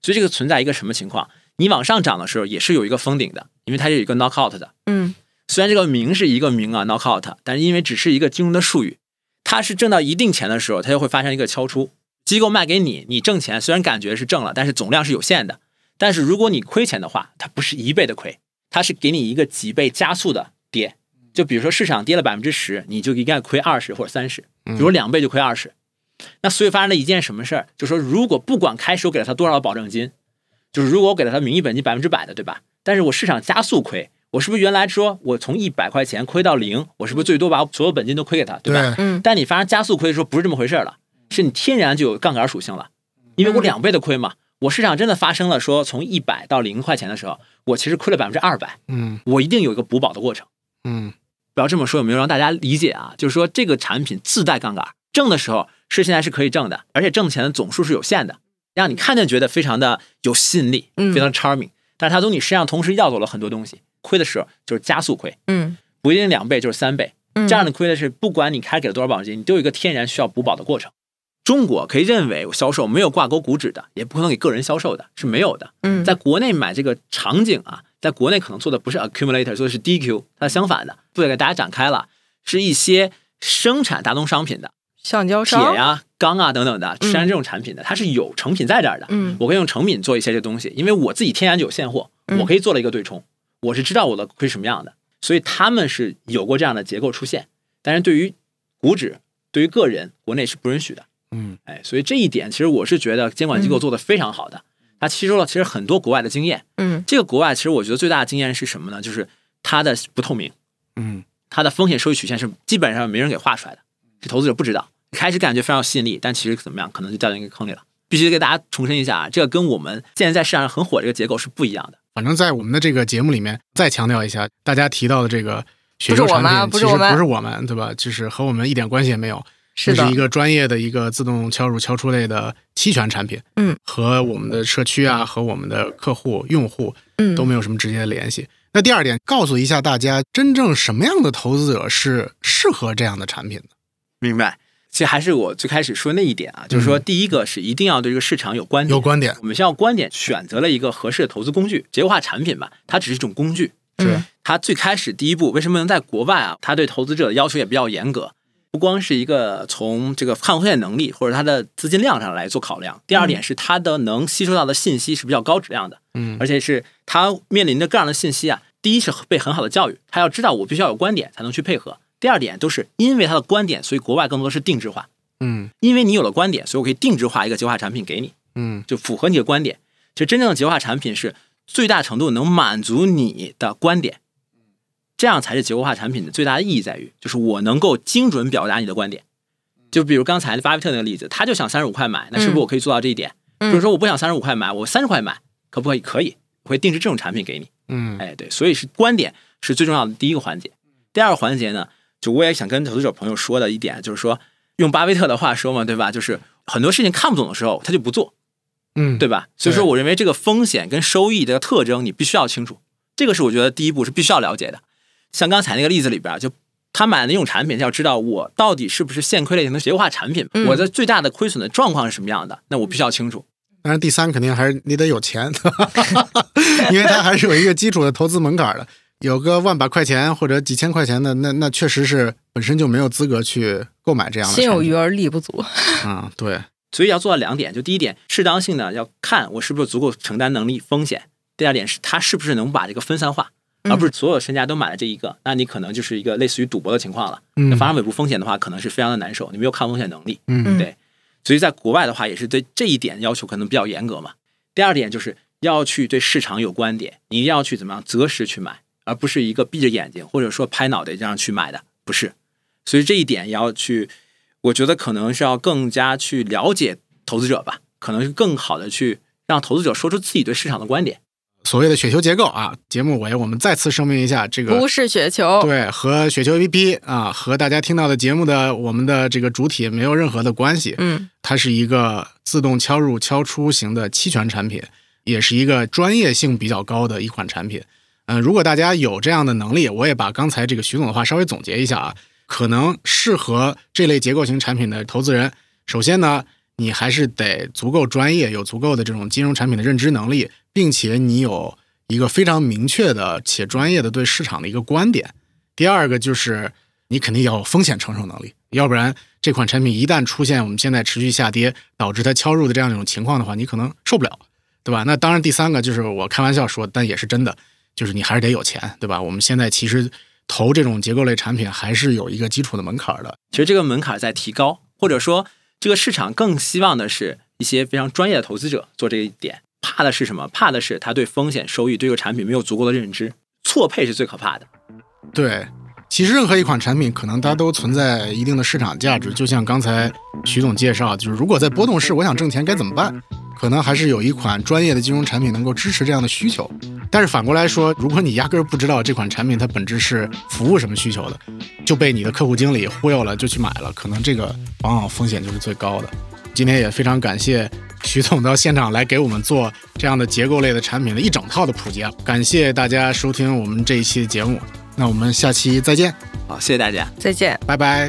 所以这个存在一个什么情况？你往上涨的时候也是有一个封顶的，因为它是有一个 knockout 的。
嗯
虽然这个名是一个名啊 knockout，但是因为只是一个金融的术语，它是挣到一定钱的时候，它就会发生一个敲出。机构卖给你，你挣钱虽然感觉是挣了，但是总量是有限的。但是如果你亏钱的话，它不是一倍的亏，它是给你一个几倍加速的跌。就比如说市场跌了百分之十，你就应该亏二十或者三十，比如两倍就亏二十。那所以发生了一件什么事儿？就说如果不管开始我给了他多少保证金，就是如果我给了他名义本金百分之百的，对吧？但是我市场加速亏，我是不是原来说我从一百块钱亏到零，我是不是最多把我所有本金都亏给他，对
对，
吧？
嗯
但你发生加速亏的时候，不是这么回事儿了，是你天然就有杠杆属性了，因为我两倍的亏嘛。我市场真的发生了说从一百到零块钱的时候，我其实亏了百分之二百，
嗯
我一定有一个补保的过程。
嗯，
不要这么说，有没有让大家理解啊？就是说这个产品自带杠杆，挣的时候是现在是可以挣的，而且挣钱的总数是有限的，让你看见觉得非常的有吸引力，
嗯
非常 charming。但是它从你身上同时要走了很多东西，亏的时候就是加速亏，
嗯
不一定两倍就是三倍，
嗯，
这样的亏的是，不管你开给了多少保证金，你都有一个天然需要补保的过程。中国可以认为销售没有挂钩股指的，也不可能给个人销售的，是没有的。
嗯
在国内买这个场景啊，在国内可能做的不是 accumulator，做的是 DQ，它相反的，不得给大家展开了，是一些生产大宗商品的
橡胶
铁
商，
呀、钢啊等等的，生产这种产品的，它是有成品在这儿的。
嗯
我可以用成品做一些这东西，因为我自己天然就有现货，
嗯
我可以做了一个对冲，我是知道我的亏什么样的，所以他们是有过这样的结构出现。但是对于股指，对于个人，国内是不允许的。
嗯，
哎，所以这一点其实我是觉得监管机构做的非常好的，它吸收了其实很多国外的经验。
嗯
这个国外其实我觉得最大的经验是什么呢？就是它的不透明，
嗯，
它的风险收益曲线是基本上没人给画出来的，是投资者不知道。开始感觉非常有吸引力，但其实怎么样，可能就掉进一个坑里了。必须给大家重申一下啊，这个跟我们现在在市场上很火这个结构是不一样的。
反正在我们的这个节目里面再强调一下，大家提到的这个。
雪球
不是我
产
们啊
品
不
其
是
实
我们
不是我们，对吧？就是和我们一点关系也没有。
是
这
的
是一，个专业的一个自动敲入敲出类的期权产品，
嗯，
和我们的社区啊，和我们的客户用户
嗯
都没有什么直接的联系。
那第二点，告诉一下大家，真正什么样的投资者是适合这样的产品的？
明白。其实还是我最开始说那一点啊，就是说，第一个是一定要对这个市场有观点，
有观点，
我们先要观点选择了一个合适的投资工具，结构化产品吧，它只是一种工具。
嗯
它最开始第一步，为什么能在国外啊？它对投资者的要求也比较严格，不光是一个从这个抗风险能力或者它的资金量上来做考量。第二点是它的能吸收到的信息是比较高质量的，
嗯，
而且是它面临的各样的信息啊，第一是被很好的教育，他要知道我必须要有观点才能去配合。第二点都是因为他的观点，所以国外更多的是定制化，
嗯
因为你有了观点，所以我可以定制化一个结构化产品给你。
嗯
就符合你的观点。其实真正的结构化产品是最大程度能满足你的观点，这样才是结构化产品的最大的意义在于，就是我能够精准表达你的观点。就比如刚才巴菲特那个例子，他就想三十五块买，那是不是我可以做到这一点？
嗯
就是说我不想三十五块买，我三十块买，可不可以？可以，我会定制这种产品给你。
嗯
哎，对，所以是观点是最重要的第一个环节。第二个环节呢，就我也想跟投资者朋友说的一点，就是说用巴菲特的话说嘛，对吧？就是很多事情看不懂的时候，他就不做。
嗯，
对吧？所以说，我认为这个风险跟收益的特征你必须要清楚，这个是我觉得第一步是必须要了解的。像刚才那个例子里边，就他买的那种产品，要知道我到底是不是现亏类型的结构化产品，
嗯
我的最大的亏损的状况是什么样的，那我必须要清楚。
当然，第三肯定还是你得有钱， 因为它还是有一个基础的投资门槛的。有个万把块钱或者几千块钱的，那那确实是本身就没有资格去购买这样的
心有
产
余而力不足。
品啊、对，
所以要做到两点，就第一点，适当性呢要看我是不是有足够承担能力风险；第二点是它是不是能把这个分散化，
嗯
而不是所有身家都买了这一个，那你可能就是一个类似于赌博的情况了。那
嗯
发生尾部风险的话，可能是非常的难受，你没有抗风险能力。
嗯
嗯
对，所以在国外的话，也是对这一点要求可能比较严格嘛。第二点就是要去对市场有观点，你一定要去怎么样择时去买，而不是一个闭着眼睛或者说拍脑袋这样去买的，不是。所以这一点也要去，我觉得可能是要更加去了解投资者吧，可能是更好的去让投资者说出自己对市场的观点。
所谓的雪球结构啊，节目尾我们再次声明一下，这个
不是雪球，
对，和雪球 APP 啊，和大家听到的节目的我们的这个主体没有任何的关系。
嗯
它是一个自动敲入敲出型的期权产品，也是一个专业性比较高的一款产品。嗯、如果大家有这样的能力，我也把刚才这个徐总的话稍微总结一下啊，可能适合这类结构型产品的投资人，首先呢，你还是得足够专业，有足够的这种金融产品的认知能力，并且你有一个非常明确的且专业的对市场的一个观点。第二个就是你肯定要有风险承受能力，要不然这款产品一旦出现我们现在持续下跌，导致它敲入的这样一种情况的话，你可能受不了，对吧？那当然，第三个就是我开玩笑说的，但也是真的，就是你还是得有钱，对吧？我们现在其实投这种结构类产品还是有一个基础的门槛的，
其实这个门槛在提高，或者说这个市场更希望的是一些非常专业的投资者做这一点。怕的是什么？怕的是他对风险、收益、对这个产品没有足够的认知，错配是最可怕的。
对，
其实任何一款产品，可能它都存在一定的市场价值。就像刚才徐总介绍，就是如果在波动市我想挣钱该怎么办，可能还是有一款专业的金融产品能够支持这样的需求。但是反过来说，如果你压根儿不知道这款产品它本质是服务什么需求的，就被你的客户经理忽悠了就去买了，可能这个往往风险就是最高的。今天也非常感谢徐总到现场来给我们做这样的结构类的产品的一整套的普及啊！感谢大家收听我们这一期的节目。那我们下期再见，
好，谢谢大家。
再见。
拜拜。